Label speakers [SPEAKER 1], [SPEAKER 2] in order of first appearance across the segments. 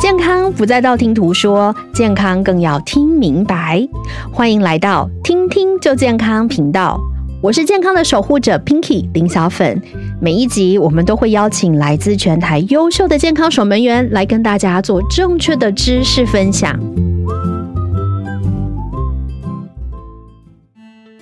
[SPEAKER 1] 健康不再道听途说，健康更要听明白。欢迎来到听听就健康频道，我是健康的守护者 Pinky 林小粉。每一集我们都会邀请来自全台优秀的健康守门员来跟大家做正确的知识分享。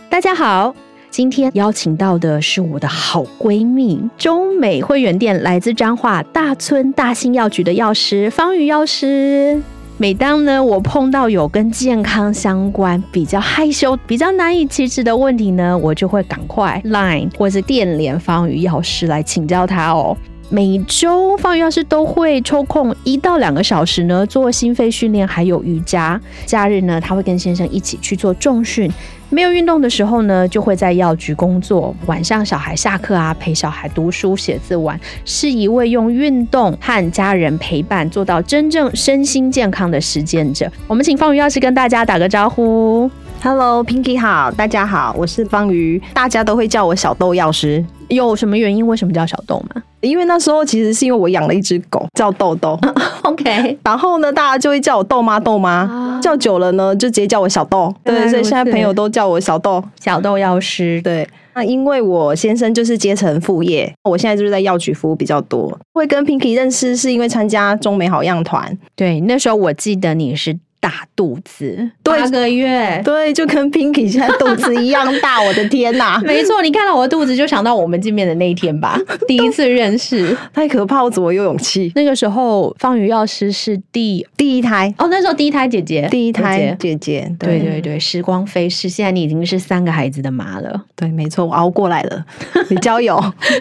[SPEAKER 1] 大家好，今天邀请到的是我的好闺蜜，中美会员店来自彰化大村大兴药局的药师方瑜药师。每当呢我碰到有跟健康相关、比较害羞、比较难以启齿的问题呢，我就会赶快 Line 或是电联方瑜药师来请教他哦。每周方瑜药师都会抽空一到两个小时呢做心肺训练，还有瑜伽。假日呢，他会跟先生一起去做重训，没有运动的时候呢，就会在药局工作。晚上小孩下课啊，陪小孩读书、写字、玩，是一位用运动和家人陪伴做到真正身心健康的实践者。我们请方瑜老师跟大家打个招呼。
[SPEAKER 2] Hello Pinky 好，大家好，我是方瑜，大家都会叫我小豆药师，
[SPEAKER 1] 有什么原因？为什么叫小豆吗
[SPEAKER 2] 因为那时候其实是因为我养了一只狗叫豆豆，
[SPEAKER 1] 嗯？OK，
[SPEAKER 2] 然后呢，大家就会叫我豆妈豆妈
[SPEAKER 1] 啊，
[SPEAKER 2] 叫久了呢，就直接叫我小豆，
[SPEAKER 1] 原来
[SPEAKER 2] 对，所以
[SPEAKER 1] 如
[SPEAKER 2] 现在
[SPEAKER 1] 此
[SPEAKER 2] 朋友都叫我小豆，
[SPEAKER 1] 小豆药师
[SPEAKER 2] 对。那因为我先生就是接成副业，我现在就是在药局服务比较多。会跟 Pinky 认识是因为参加中美好样团，
[SPEAKER 1] 对，那时候我记得你是大肚子，
[SPEAKER 2] 对
[SPEAKER 1] 八个月。
[SPEAKER 2] 对，就跟 Pinky 现在肚子一样 大，我的天呐、
[SPEAKER 1] 没错，你看到我的肚子就想到我们见面的那一天 吧，第一次认识。
[SPEAKER 2] 太可怕，我怎么有勇气？
[SPEAKER 1] 那个时候，方瑜药师是第
[SPEAKER 2] 第一胎，
[SPEAKER 1] 哦，那时候第一胎姐姐，
[SPEAKER 2] 第一
[SPEAKER 1] 姐
[SPEAKER 2] 胎
[SPEAKER 1] 姐
[SPEAKER 2] 姐姐，
[SPEAKER 1] 对对对，时光飞逝，现在你已经是三个孩子的妈 了。
[SPEAKER 2] 对，没错，我熬过来 了，你加油，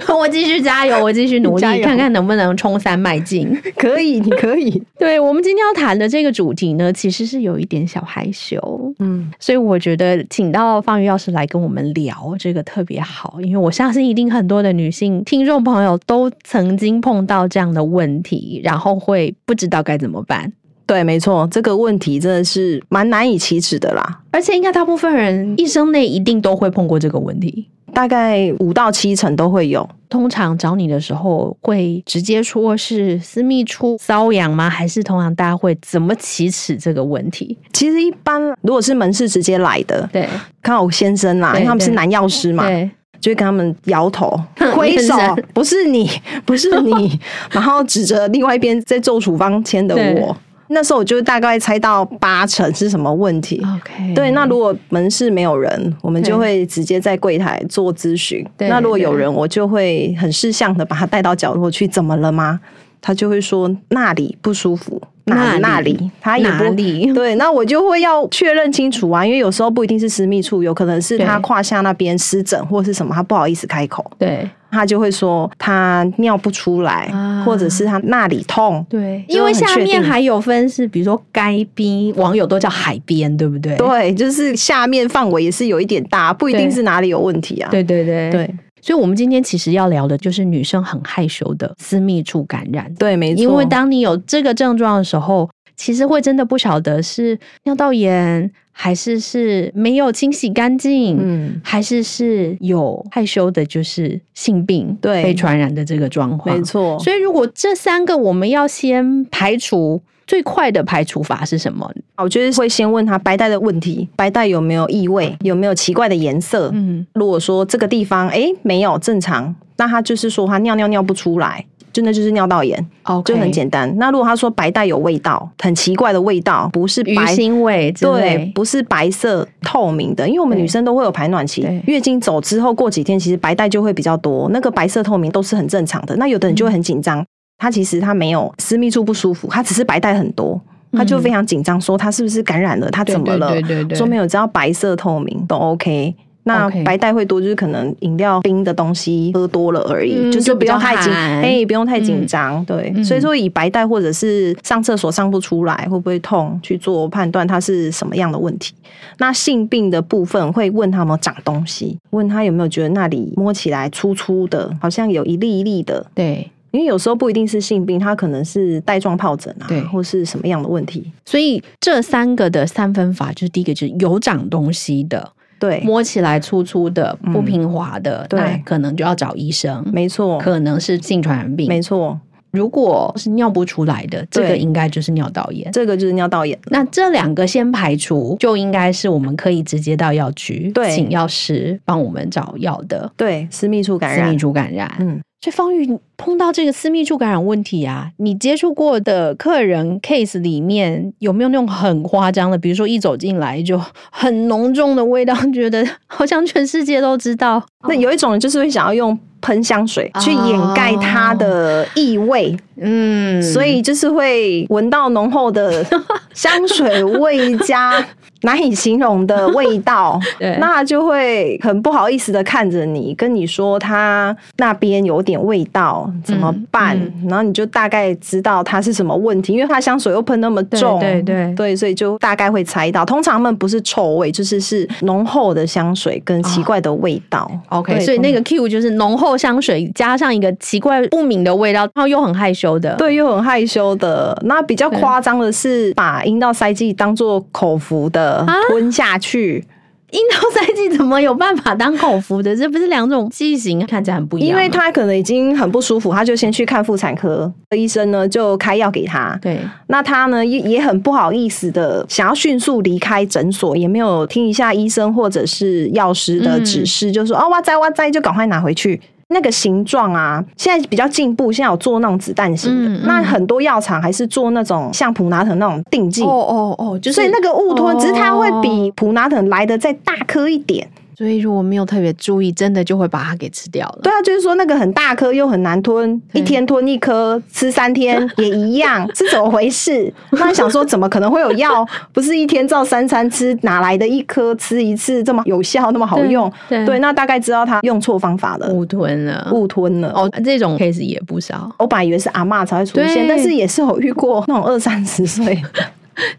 [SPEAKER 1] 我继续 加油，我继续努力
[SPEAKER 2] 加，油
[SPEAKER 1] 看看能不能冲三迈进。
[SPEAKER 2] 可以，你可以，
[SPEAKER 1] 对我们今天要谈的这个主题呢，其实是有一点小害羞，
[SPEAKER 2] 嗯，
[SPEAKER 1] 所以我觉得请到方瑜药师来跟我们聊这个特别好，因为我相信一定很多的女性听众朋友都曾经碰到这样的问题，然后会不知道该怎么办。
[SPEAKER 2] 对，没错，这个问题真的是蛮难以启齿的啦。
[SPEAKER 1] 而且应该大部分人一生内一定都会碰过这个问题。
[SPEAKER 2] 大概五到七成都会有，
[SPEAKER 1] 通常找你的时候会直接说是私密处瘙痒吗？还是通常大家会怎么启齿这个问题？
[SPEAKER 2] 其实一般如果是门市直接来的，
[SPEAKER 1] 对
[SPEAKER 2] 看我先生啦，
[SPEAKER 1] 对
[SPEAKER 2] 因为他们是
[SPEAKER 1] 对
[SPEAKER 2] 男药师嘛，
[SPEAKER 1] 对，
[SPEAKER 2] 就会跟他们摇 头、挥
[SPEAKER 1] 眼
[SPEAKER 2] 手
[SPEAKER 1] 神，
[SPEAKER 2] 不是 你，不是你，然后指着另外一边在做处方签的
[SPEAKER 1] 对
[SPEAKER 2] 我，那时候我就大概猜到八成是什么问题。
[SPEAKER 1] OK，
[SPEAKER 2] 对，那如果门市没有人，我们
[SPEAKER 1] 对
[SPEAKER 2] 就会直接在柜台做咨询。
[SPEAKER 1] 对
[SPEAKER 2] 那如果有
[SPEAKER 1] 对
[SPEAKER 2] 人，我就会很识相的把他带到角落去，怎么了吗？他就会说那里不舒服，哪里
[SPEAKER 1] 那
[SPEAKER 2] 那
[SPEAKER 1] 里
[SPEAKER 2] 里，他也
[SPEAKER 1] 哪
[SPEAKER 2] 不。
[SPEAKER 1] 里？
[SPEAKER 2] 对，那我就会要确认清楚啊，因为有时候不一定是私密处，有可能是
[SPEAKER 1] 对
[SPEAKER 2] 他胯下那边湿疹或是什么，他不好意思开口，
[SPEAKER 1] 对
[SPEAKER 2] 他就会说他尿不出来，
[SPEAKER 1] 啊
[SPEAKER 2] 或者是他那里痛。
[SPEAKER 1] 对，
[SPEAKER 2] 就
[SPEAKER 1] 因为
[SPEAKER 2] 很
[SPEAKER 1] 下
[SPEAKER 2] 确
[SPEAKER 1] 面
[SPEAKER 2] 定
[SPEAKER 1] 还有分是，比如说该边网友都叫海边，对不对？
[SPEAKER 2] 对，啊就是下面范围也是有一点大，不一定
[SPEAKER 1] 对
[SPEAKER 2] 是哪里有问题啊。
[SPEAKER 1] 对对对
[SPEAKER 2] 对
[SPEAKER 1] 所以我们今天其实要聊的就是女生很害羞的私密处感染。
[SPEAKER 2] 对，没错。
[SPEAKER 1] 因为当你有这个症状的时候，其实会真的不晓得是尿道炎，还是是没有清洗干净，
[SPEAKER 2] 嗯，
[SPEAKER 1] 还是是有害羞的，就是性病
[SPEAKER 2] 对
[SPEAKER 1] 被传染的这个状况。
[SPEAKER 2] 没。错。
[SPEAKER 1] 所以如果这三个我们要先排除，最快的排除法是什么？
[SPEAKER 2] 我觉得会先问他白带的问题，白带有没有异味，有没有奇怪的颜色。
[SPEAKER 1] 嗯，
[SPEAKER 2] 如果说这个地方诶没有正常，那他就是说他尿尿尿不出来。就那就是尿道炎，
[SPEAKER 1] 哦，
[SPEAKER 2] 就很简单。那如果他说白带有味道，很奇怪的味道，不是
[SPEAKER 1] 鱼
[SPEAKER 2] 白，
[SPEAKER 1] 腥味之
[SPEAKER 2] 对
[SPEAKER 1] 类，，
[SPEAKER 2] 不是白色透明的，因为我们
[SPEAKER 1] 对
[SPEAKER 2] 女生都会有排卵期
[SPEAKER 1] 对，
[SPEAKER 2] 月经走之后过几天，其实白带就会比较多，那个白色透明都是很正常的。那有的人就会很紧
[SPEAKER 1] 嗯
[SPEAKER 2] 张，他其实他没有私密处不舒服，他只是白带很多，他就非常紧张，说他是不是感染了，他
[SPEAKER 1] 对
[SPEAKER 2] 怎么
[SPEAKER 1] 嗯
[SPEAKER 2] 了？
[SPEAKER 1] 对对对对
[SPEAKER 2] 说没有，只要白色透明都 OK。那
[SPEAKER 1] OK
[SPEAKER 2] 白带会多，就是可能饮料、冰的东西喝多了而已，
[SPEAKER 1] 嗯
[SPEAKER 2] 就是
[SPEAKER 1] 就
[SPEAKER 2] 不
[SPEAKER 1] 比较
[SPEAKER 2] 用太紧，
[SPEAKER 1] 寒
[SPEAKER 2] 哎，不用太紧张。对，
[SPEAKER 1] 嗯
[SPEAKER 2] 所以说以白带或者是上厕所上不出来会不会痛去做判断，它是什么样的问题。那性病的部分会问他有没有长东西，问他有没有觉得那里摸起来粗粗的，好像有一粒一粒的，
[SPEAKER 1] 对。
[SPEAKER 2] 因为有时候不一定是性病，它可能是带状疱疹啊
[SPEAKER 1] 对，
[SPEAKER 2] 或是什么样的问题。
[SPEAKER 1] 所以这三个的三分法，就是第一个就是有长东西的，
[SPEAKER 2] 对，
[SPEAKER 1] 摸起来粗粗的、不平滑的，
[SPEAKER 2] 对
[SPEAKER 1] 那可能就要找医生，
[SPEAKER 2] 没错，
[SPEAKER 1] 可能是性传染病。
[SPEAKER 2] 没错。
[SPEAKER 1] 如果是尿不出来的，这个
[SPEAKER 2] 对
[SPEAKER 1] 应该就是尿道炎。
[SPEAKER 2] 这个就是尿道炎。
[SPEAKER 1] 那这两个先排除，就应该是我们可以直接到药局，
[SPEAKER 2] 对
[SPEAKER 1] 请药师帮我们找药的
[SPEAKER 2] 对，私密处感
[SPEAKER 1] 私
[SPEAKER 2] 染，
[SPEAKER 1] 密处感染。
[SPEAKER 2] 嗯，
[SPEAKER 1] 所以方宇你碰到这个私密处感染问题啊，你接触过的客人 case 里面有没有那种很夸张的？比如说一走进来就很浓重的味道，觉得好像全世界都知道。
[SPEAKER 2] 那有一种人就是会想要用喷香水
[SPEAKER 1] 哦
[SPEAKER 2] 去掩盖它的异味，
[SPEAKER 1] 嗯，
[SPEAKER 2] 所以就是会闻到浓厚的 香水味加难以形容的味道
[SPEAKER 1] 对，
[SPEAKER 2] 那就会很不好意思的看着你，跟你说他那边有点味道怎么办？
[SPEAKER 1] 嗯
[SPEAKER 2] 然后你就大概知道他是什么问题，因为他香水又喷那么重，
[SPEAKER 1] 对对对
[SPEAKER 2] 所以就大概会猜到。通常他们不是臭味，就是是浓厚的香水
[SPEAKER 1] 哦
[SPEAKER 2] 跟奇怪的味道。
[SPEAKER 1] OK，
[SPEAKER 2] 对
[SPEAKER 1] 所以那个 Q 就是浓厚香水加上一个奇怪不明的味道，然后又很害羞的。
[SPEAKER 2] 对，又很害羞的。那比较夸张的是，把阴道塞剂当做口服
[SPEAKER 1] 啊
[SPEAKER 2] 的吞下去，
[SPEAKER 1] 阴道塞剂怎么有办法当口服的？这不是两种剂型看起来很不一样啊
[SPEAKER 2] 因
[SPEAKER 1] 吗？
[SPEAKER 2] 为他可能已经很不舒服，他就先去看妇产科医生呢，就开药给他。
[SPEAKER 1] 对
[SPEAKER 2] 那他呢也也很不好意思的，想要迅速离开诊所，也没有听一下医生或者是药师的指
[SPEAKER 1] 嗯
[SPEAKER 2] 示，就说哦哇塞哇塞，就赶快拿回去。那个形状啊，现在比较进步，现在有做那种子弹型的，
[SPEAKER 1] 嗯嗯
[SPEAKER 2] 那很多药厂还是做那种像普拿疼那种定剂。
[SPEAKER 1] 哦哦，就
[SPEAKER 2] 所以那个误吞，
[SPEAKER 1] 哦
[SPEAKER 2] 只是它会比普拿疼来的再大颗一点。
[SPEAKER 1] 所以如果没有特别注意，真的就会把它给吃掉了。
[SPEAKER 2] 对啊，就是说那个很大颗又很难吞，
[SPEAKER 1] 对
[SPEAKER 2] 一天吞一颗，吃三天也一样，是怎么回事？那想说怎么可能会有药？不是一天照三餐吃，哪来的一颗吃一次这么有效，那么好用？
[SPEAKER 1] 对
[SPEAKER 2] 对，那大概知道他用错方法了，
[SPEAKER 1] 误吞了。
[SPEAKER 2] 误吞了。
[SPEAKER 1] 哦，这种 case 也不少，
[SPEAKER 2] 我本来以为是阿嬷才会出
[SPEAKER 1] 对
[SPEAKER 2] 现，但是也是有遇过那种二三十岁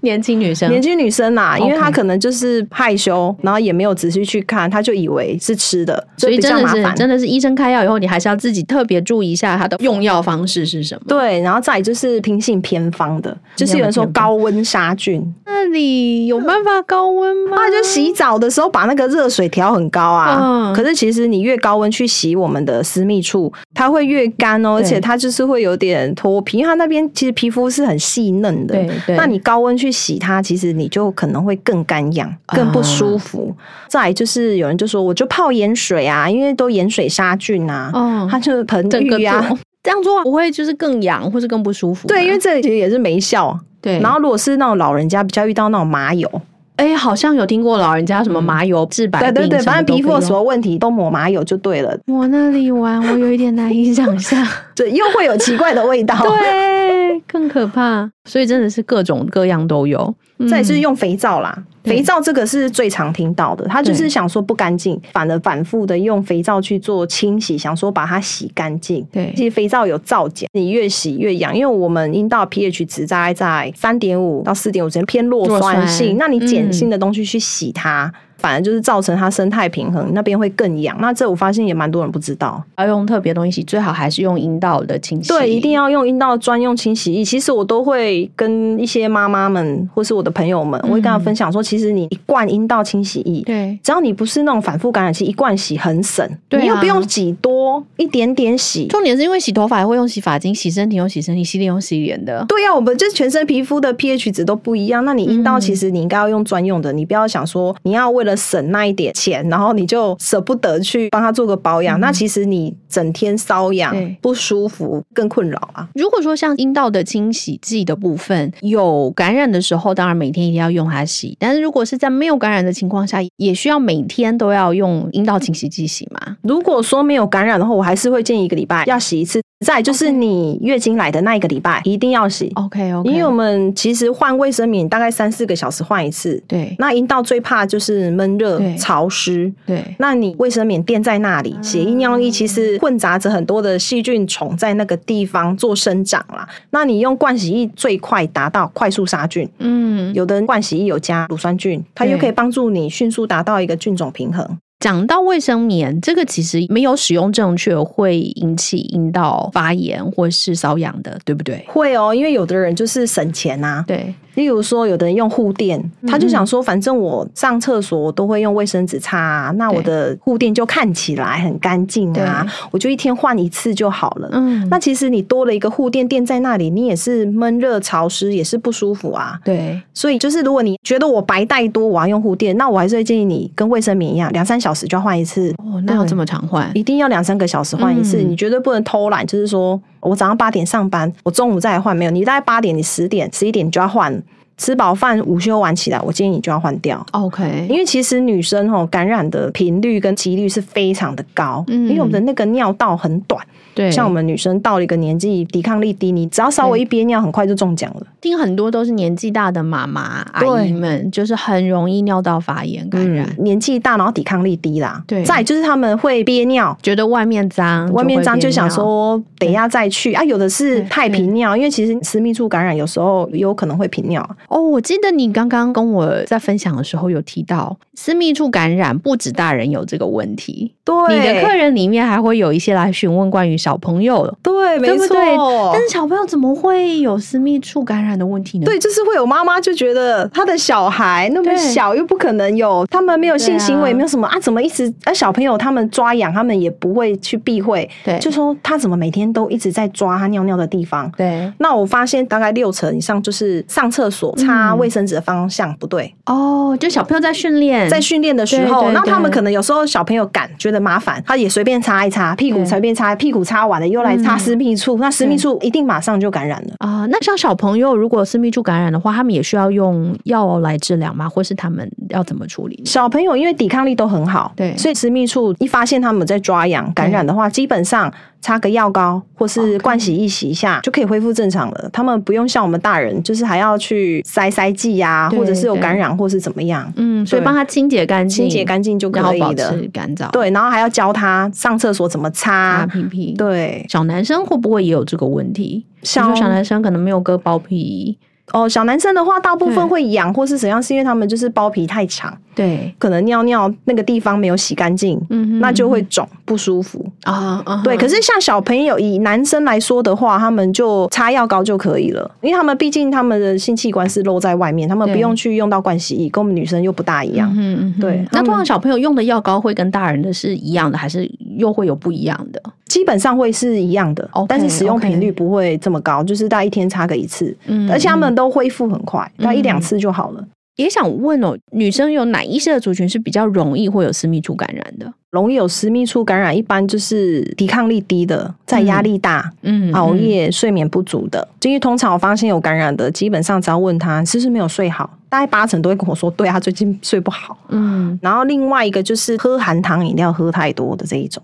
[SPEAKER 1] 年轻女生
[SPEAKER 2] 年轻女生啦、因为
[SPEAKER 1] OK
[SPEAKER 2] 她可能就是害羞，然后也没有仔细去看，她就以为是吃的，
[SPEAKER 1] 所以
[SPEAKER 2] 比
[SPEAKER 1] 真
[SPEAKER 2] 较
[SPEAKER 1] 的
[SPEAKER 2] 麻
[SPEAKER 1] 是
[SPEAKER 2] 烦。
[SPEAKER 1] 真的是医生开药以后，你还是要自己特别注意一下它的用药方式是什么。
[SPEAKER 2] 对，然后再来就是听信偏方的，就是有人说高温杀菌，
[SPEAKER 1] 那里有办法高温吗？
[SPEAKER 2] 啊那就洗澡的时候把那个热水调很高啊。
[SPEAKER 1] 嗯
[SPEAKER 2] 可是其实你越高温去洗我们的私密处，它会越干哦，而
[SPEAKER 1] 对
[SPEAKER 2] 且它就是会有点脱皮，因为它那边其实皮肤是很细嫩的。
[SPEAKER 1] 对对
[SPEAKER 2] 那你高温去洗它，其实你就可能会更干痒、
[SPEAKER 1] 啊
[SPEAKER 2] 更不舒服。再来就是有人就说，我就泡盐水啊，因为都盐水杀菌啊，
[SPEAKER 1] 哦
[SPEAKER 2] 它就是盆
[SPEAKER 1] 整个
[SPEAKER 2] 浴啊。
[SPEAKER 1] 做这样做不会就是更痒或是更不舒服吗？
[SPEAKER 2] 对，因为这里其实也是没效啊。
[SPEAKER 1] 对，
[SPEAKER 2] 然后如果是那种老人家比较遇到那种麻油，
[SPEAKER 1] 哎、好像有听过老人家什么麻油治百
[SPEAKER 2] 对
[SPEAKER 1] 病，
[SPEAKER 2] 对对，
[SPEAKER 1] 什么
[SPEAKER 2] 反正
[SPEAKER 1] 都
[SPEAKER 2] 皮
[SPEAKER 1] 可
[SPEAKER 2] 肤
[SPEAKER 1] 以
[SPEAKER 2] 有
[SPEAKER 1] 用
[SPEAKER 2] 什么问题都抹麻油就对了，
[SPEAKER 1] 我那里玩，我有一点难以想 象，
[SPEAKER 2] 对，又会有奇怪的味道。
[SPEAKER 1] 对，更可怕。所以真的是各种各样都有。
[SPEAKER 2] 再就
[SPEAKER 1] 嗯
[SPEAKER 2] 是用肥皂啦，
[SPEAKER 1] 对
[SPEAKER 2] 肥皂这个是最常听到的，他就
[SPEAKER 1] 嗯对
[SPEAKER 2] 是想说不干净，反而反复的用肥皂去做清洗，想说把它洗干净。
[SPEAKER 1] 对
[SPEAKER 2] 其实肥皂有皂碱，你越洗越痒，因为我们阴道 pH 值大概在三点五到四点五之间偏弱
[SPEAKER 1] 弱
[SPEAKER 2] 酸
[SPEAKER 1] 酸
[SPEAKER 2] 性，那你碱
[SPEAKER 1] 嗯
[SPEAKER 2] 性的东西去洗它，反而就是造成它生态平衡那边会更痒。那这我发现也蛮多人不知道。
[SPEAKER 1] 要用特别东西洗，最好还是用阴道的清洗。
[SPEAKER 2] 对，一定要用阴道专用清洗液。其实我都会跟一些妈妈们或是我的朋友们，我会跟她分享说，其实你一罐阴道清洗液，
[SPEAKER 1] 对
[SPEAKER 2] 只要你不是那种反复感染期，一罐洗很省，
[SPEAKER 1] 对啊
[SPEAKER 2] 你又不用挤多，一点点洗。
[SPEAKER 1] 重点是因为洗头发也会用洗发精，洗身体用洗身体，洗脸用洗脸的。
[SPEAKER 2] 对呀、啊我们就是全身皮肤的 pH 值都不一样，那你阴道其实你应该要用专用的，你不要想说你要为了省那一点钱，然后你就舍不得去帮它做个保养，那其实你整天瘙痒
[SPEAKER 1] 对、
[SPEAKER 2] 不舒服，更困扰啊。
[SPEAKER 1] 如果说像阴道的清洗剂的部分有感染的时候，当然每天一定要用它洗。但是如果是在没有感染的情况下，也需要每天都要用阴道清洗剂洗嘛？
[SPEAKER 2] 如果说没有感染的话，我还是会建议一个礼拜要洗一次。再来就是
[SPEAKER 1] OK
[SPEAKER 2] 你月经来的那一个礼拜一定要洗
[SPEAKER 1] OK OK，
[SPEAKER 2] 因为我们其实换卫生棉大概三四个小时换一次。
[SPEAKER 1] 对
[SPEAKER 2] 那阴道最怕就是闷热
[SPEAKER 1] 对、
[SPEAKER 2] 潮湿。
[SPEAKER 1] 对
[SPEAKER 2] 那你卫生棉垫在那里，血液尿液其实混杂着很多的细菌虫在那个地方做生长啦。那你用盥洗液最快达到快速杀菌，
[SPEAKER 1] 嗯，
[SPEAKER 2] 有的盥洗液有加乳酸菌，它又
[SPEAKER 1] 对
[SPEAKER 2] 可以帮助你迅速达到一个菌种平衡。
[SPEAKER 1] 讲到卫生棉，这个其实没有使用正确会引起阴道发炎或是瘙痒的，对不对？
[SPEAKER 2] 会哦，因为有的人就是省钱啊，
[SPEAKER 1] 对，
[SPEAKER 2] 例如说，有的人用护垫，他就想说，反正我上厕所我都会用卫生纸擦、啊，那我的护垫就看起来很干净啊，我就一天换一次就好了。
[SPEAKER 1] 嗯，
[SPEAKER 2] 那其实你多了一个护垫垫在那里，你也是闷热潮湿，也是不舒服啊。
[SPEAKER 1] 对，
[SPEAKER 2] 所以就是，如果你觉得我白带多，我要用护垫，那我还是会建议你跟卫生棉一样，两三小时就要换一次，
[SPEAKER 1] 哦，那要这么常换，
[SPEAKER 2] 一定要两三个小时换一次，
[SPEAKER 1] 嗯
[SPEAKER 2] 你绝对不能偷懒。就是说我早上八点上班，我中午再来换，没有，你大概八点、你十点、十一点你就要换。吃饱饭、午休完起来，我建议你就要换掉。
[SPEAKER 1] 哦 OK，
[SPEAKER 2] 因为其实女生吼、感染的频率跟几率是非常的高，
[SPEAKER 1] 嗯
[SPEAKER 2] 因为我们的那个尿道很短，
[SPEAKER 1] 对，
[SPEAKER 2] 像我们女生到了一个年纪，抵抗力低，你只要稍微一憋尿，很快就中奖了。
[SPEAKER 1] 听很多都是年纪大的妈妈
[SPEAKER 2] 对
[SPEAKER 1] 阿姨们，就是很容易尿道发炎感染，
[SPEAKER 2] 年纪大，然后抵抗力低啦。
[SPEAKER 1] 嗯对
[SPEAKER 2] 再就是他们会憋尿。
[SPEAKER 1] 觉得外面脏，
[SPEAKER 2] 外面脏
[SPEAKER 1] 会
[SPEAKER 2] 就想
[SPEAKER 1] 憋尿，
[SPEAKER 2] 说等一下再去啊，有的是
[SPEAKER 1] 对
[SPEAKER 2] 太频尿，因为其实私密处感染有时候有可能会频尿，
[SPEAKER 1] 哦，我记得你刚刚跟我在分享的时候有提到，私密处感染不止大人有这个问题，
[SPEAKER 2] 对
[SPEAKER 1] 你的客人里面还会有一些来询问关于小朋友的。对
[SPEAKER 2] 对，没
[SPEAKER 1] 不
[SPEAKER 2] 错，
[SPEAKER 1] 对？但是小朋友怎么会有私密处感染的问题呢？
[SPEAKER 2] 对，就是会有妈妈就觉得她的小孩那么
[SPEAKER 1] 对
[SPEAKER 2] 小，又不可能有他们没有
[SPEAKER 1] 对啊
[SPEAKER 2] 性行为，没有什么啊，怎么一直啊小朋友他们抓痒，他们也不会去避讳，
[SPEAKER 1] 对
[SPEAKER 2] 就说他怎么每天都一直在抓他尿尿的地方。
[SPEAKER 1] 对
[SPEAKER 2] 那我发现大概六成以上就是上厕所擦
[SPEAKER 1] 嗯
[SPEAKER 2] 卫生纸的方向不对，
[SPEAKER 1] 哦，就小朋友在训练，
[SPEAKER 2] 在训练的时
[SPEAKER 1] 对
[SPEAKER 2] 候，
[SPEAKER 1] 对
[SPEAKER 2] 那他们
[SPEAKER 1] 对
[SPEAKER 2] 可能有时候小朋友赶觉得麻烦，他也随便擦一擦，屁股
[SPEAKER 1] 对
[SPEAKER 2] 随便擦，屁股擦完了又来擦
[SPEAKER 1] 嗯
[SPEAKER 2] 私密处，那私密处一定马上就感染了。
[SPEAKER 1] 啊、那像小朋友如果私密处感染的话，他们也需要用药来治疗吗？或是他们要怎么处理呢？
[SPEAKER 2] 小朋友因为抵抗力都很好，
[SPEAKER 1] 对
[SPEAKER 2] 所以私密处一发现他们有在抓痒感染的话，基本上擦个药膏或是
[SPEAKER 1] OK
[SPEAKER 2] 灌洗一洗一下就可以恢复正常了。他们不用像我们大人，就是还要去塞塞剂呀、
[SPEAKER 1] 对
[SPEAKER 2] 或者是有
[SPEAKER 1] 对
[SPEAKER 2] 感染或是怎么样，
[SPEAKER 1] 嗯，所以
[SPEAKER 2] 对
[SPEAKER 1] 帮他清洁干净，
[SPEAKER 2] 清洁干净就
[SPEAKER 1] 然
[SPEAKER 2] 可
[SPEAKER 1] 后
[SPEAKER 2] 以
[SPEAKER 1] 保
[SPEAKER 2] 的
[SPEAKER 1] 持。干燥，
[SPEAKER 2] 对，然后还要教他上厕所怎么
[SPEAKER 1] 啊，
[SPEAKER 2] 擦
[SPEAKER 1] 擦。屁屁。，
[SPEAKER 2] 对，
[SPEAKER 1] 小男生会不会也有这个问题？比如
[SPEAKER 2] 小
[SPEAKER 1] 说小男生可能没有割包皮，
[SPEAKER 2] 哦，小男生的话，大部
[SPEAKER 1] 对
[SPEAKER 2] 分会痒或是怎样，是因为他们就是包皮太长，
[SPEAKER 1] 对，
[SPEAKER 2] 可能尿尿那个地方没有洗干净，
[SPEAKER 1] 嗯哼
[SPEAKER 2] 那就会肿不舒服。
[SPEAKER 1] 啊啊，
[SPEAKER 2] 对，可是像小朋友以男生来说的话，他们就擦药膏就可以了，因为他们毕竟他们的性器官是露在外面，他们
[SPEAKER 1] 对
[SPEAKER 2] 不用去用到盥洗液，跟我们女生又不大一样。
[SPEAKER 1] 嗯嗯，
[SPEAKER 2] 对
[SPEAKER 1] 那
[SPEAKER 2] 他们
[SPEAKER 1] 通常小朋友用的药膏会跟大人的是一样的，还是又会有不一样的？
[SPEAKER 2] 基本上会是一样的
[SPEAKER 1] OK，
[SPEAKER 2] 但是使用
[SPEAKER 1] OK
[SPEAKER 2] 频率不会这么高，就是大概一天擦个一次，
[SPEAKER 1] 嗯
[SPEAKER 2] 而且他们都恢复很快，大概一两次就好了。
[SPEAKER 1] 也想问哦，女生有哪一些的族群是比较容易会有私密处感染的？
[SPEAKER 2] 容易有私密处感染，一般就是抵抗力低的，在压力大、
[SPEAKER 1] 嗯
[SPEAKER 2] 熬夜、睡眠不足的。因为通常我发现有感染的，基本上只要问他是不是没有睡好，大概八成都会跟我说，对啊，最近睡不好。
[SPEAKER 1] 嗯，
[SPEAKER 2] 然后另外一个就是喝含糖饮料喝太多的这一种，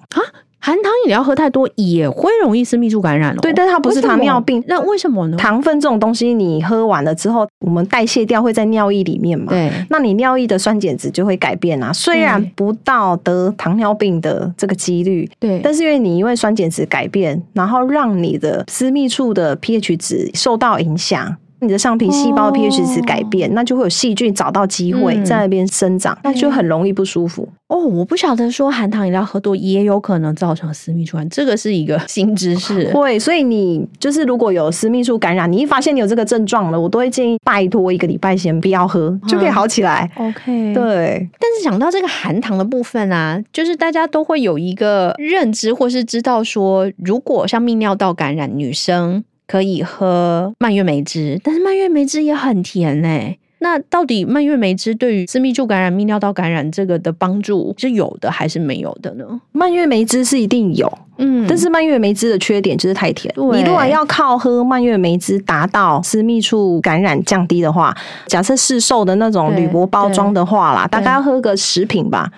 [SPEAKER 1] 含糖饮料喝太多也会容易私密处感染哦。
[SPEAKER 2] 对，但是它不是糖尿病
[SPEAKER 1] 为。什么那为什么呢？
[SPEAKER 2] 糖分这种东西，你喝完了之后，我们代谢掉会在尿液里面嘛？
[SPEAKER 1] 对，
[SPEAKER 2] 那你尿液的酸碱值就会改变啊。虽然
[SPEAKER 1] 对
[SPEAKER 2] 不到得糖尿病的这个几率，
[SPEAKER 1] 对，
[SPEAKER 2] 但是因为你因为酸碱值改变，然后让你的私密处的 pH 值受到影响。你的上皮细胞
[SPEAKER 1] 哦
[SPEAKER 2] pH 值改变，那就会有细菌找到机会
[SPEAKER 1] 嗯
[SPEAKER 2] 在那边生长，那就很容易不舒服。
[SPEAKER 1] 哦，我不晓得说含糖饮料喝多也有可能造成私密处感染，这个是一个新知识。
[SPEAKER 2] 会，所以你就是如果有私密处感染，你一发现你有这个症状了，我都会建议拜托一个礼拜先不要喝，就可以好起来。
[SPEAKER 1] OK，对。
[SPEAKER 2] 嗯对，
[SPEAKER 1] 但是讲到这个含糖的部分啊，就是大家都会有一个认知，或是知道说，如果像泌尿道感染，女生可以喝蔓越莓汁，但是蔓越莓汁也很甜嘞、那到底蔓越莓汁对于私密处感染、泌尿道感染这个的帮助是有的还是没有的呢？
[SPEAKER 2] 蔓越莓汁是一定有，
[SPEAKER 1] 嗯
[SPEAKER 2] 但是蔓越莓汁的缺点就是太甜。你如果
[SPEAKER 1] 对
[SPEAKER 2] 要靠喝蔓越莓汁达到私密处感染降低的话，假设市售的那种铝
[SPEAKER 1] 对
[SPEAKER 2] 箔包装的话啦，大
[SPEAKER 1] 对
[SPEAKER 2] 概要喝个十瓶吧。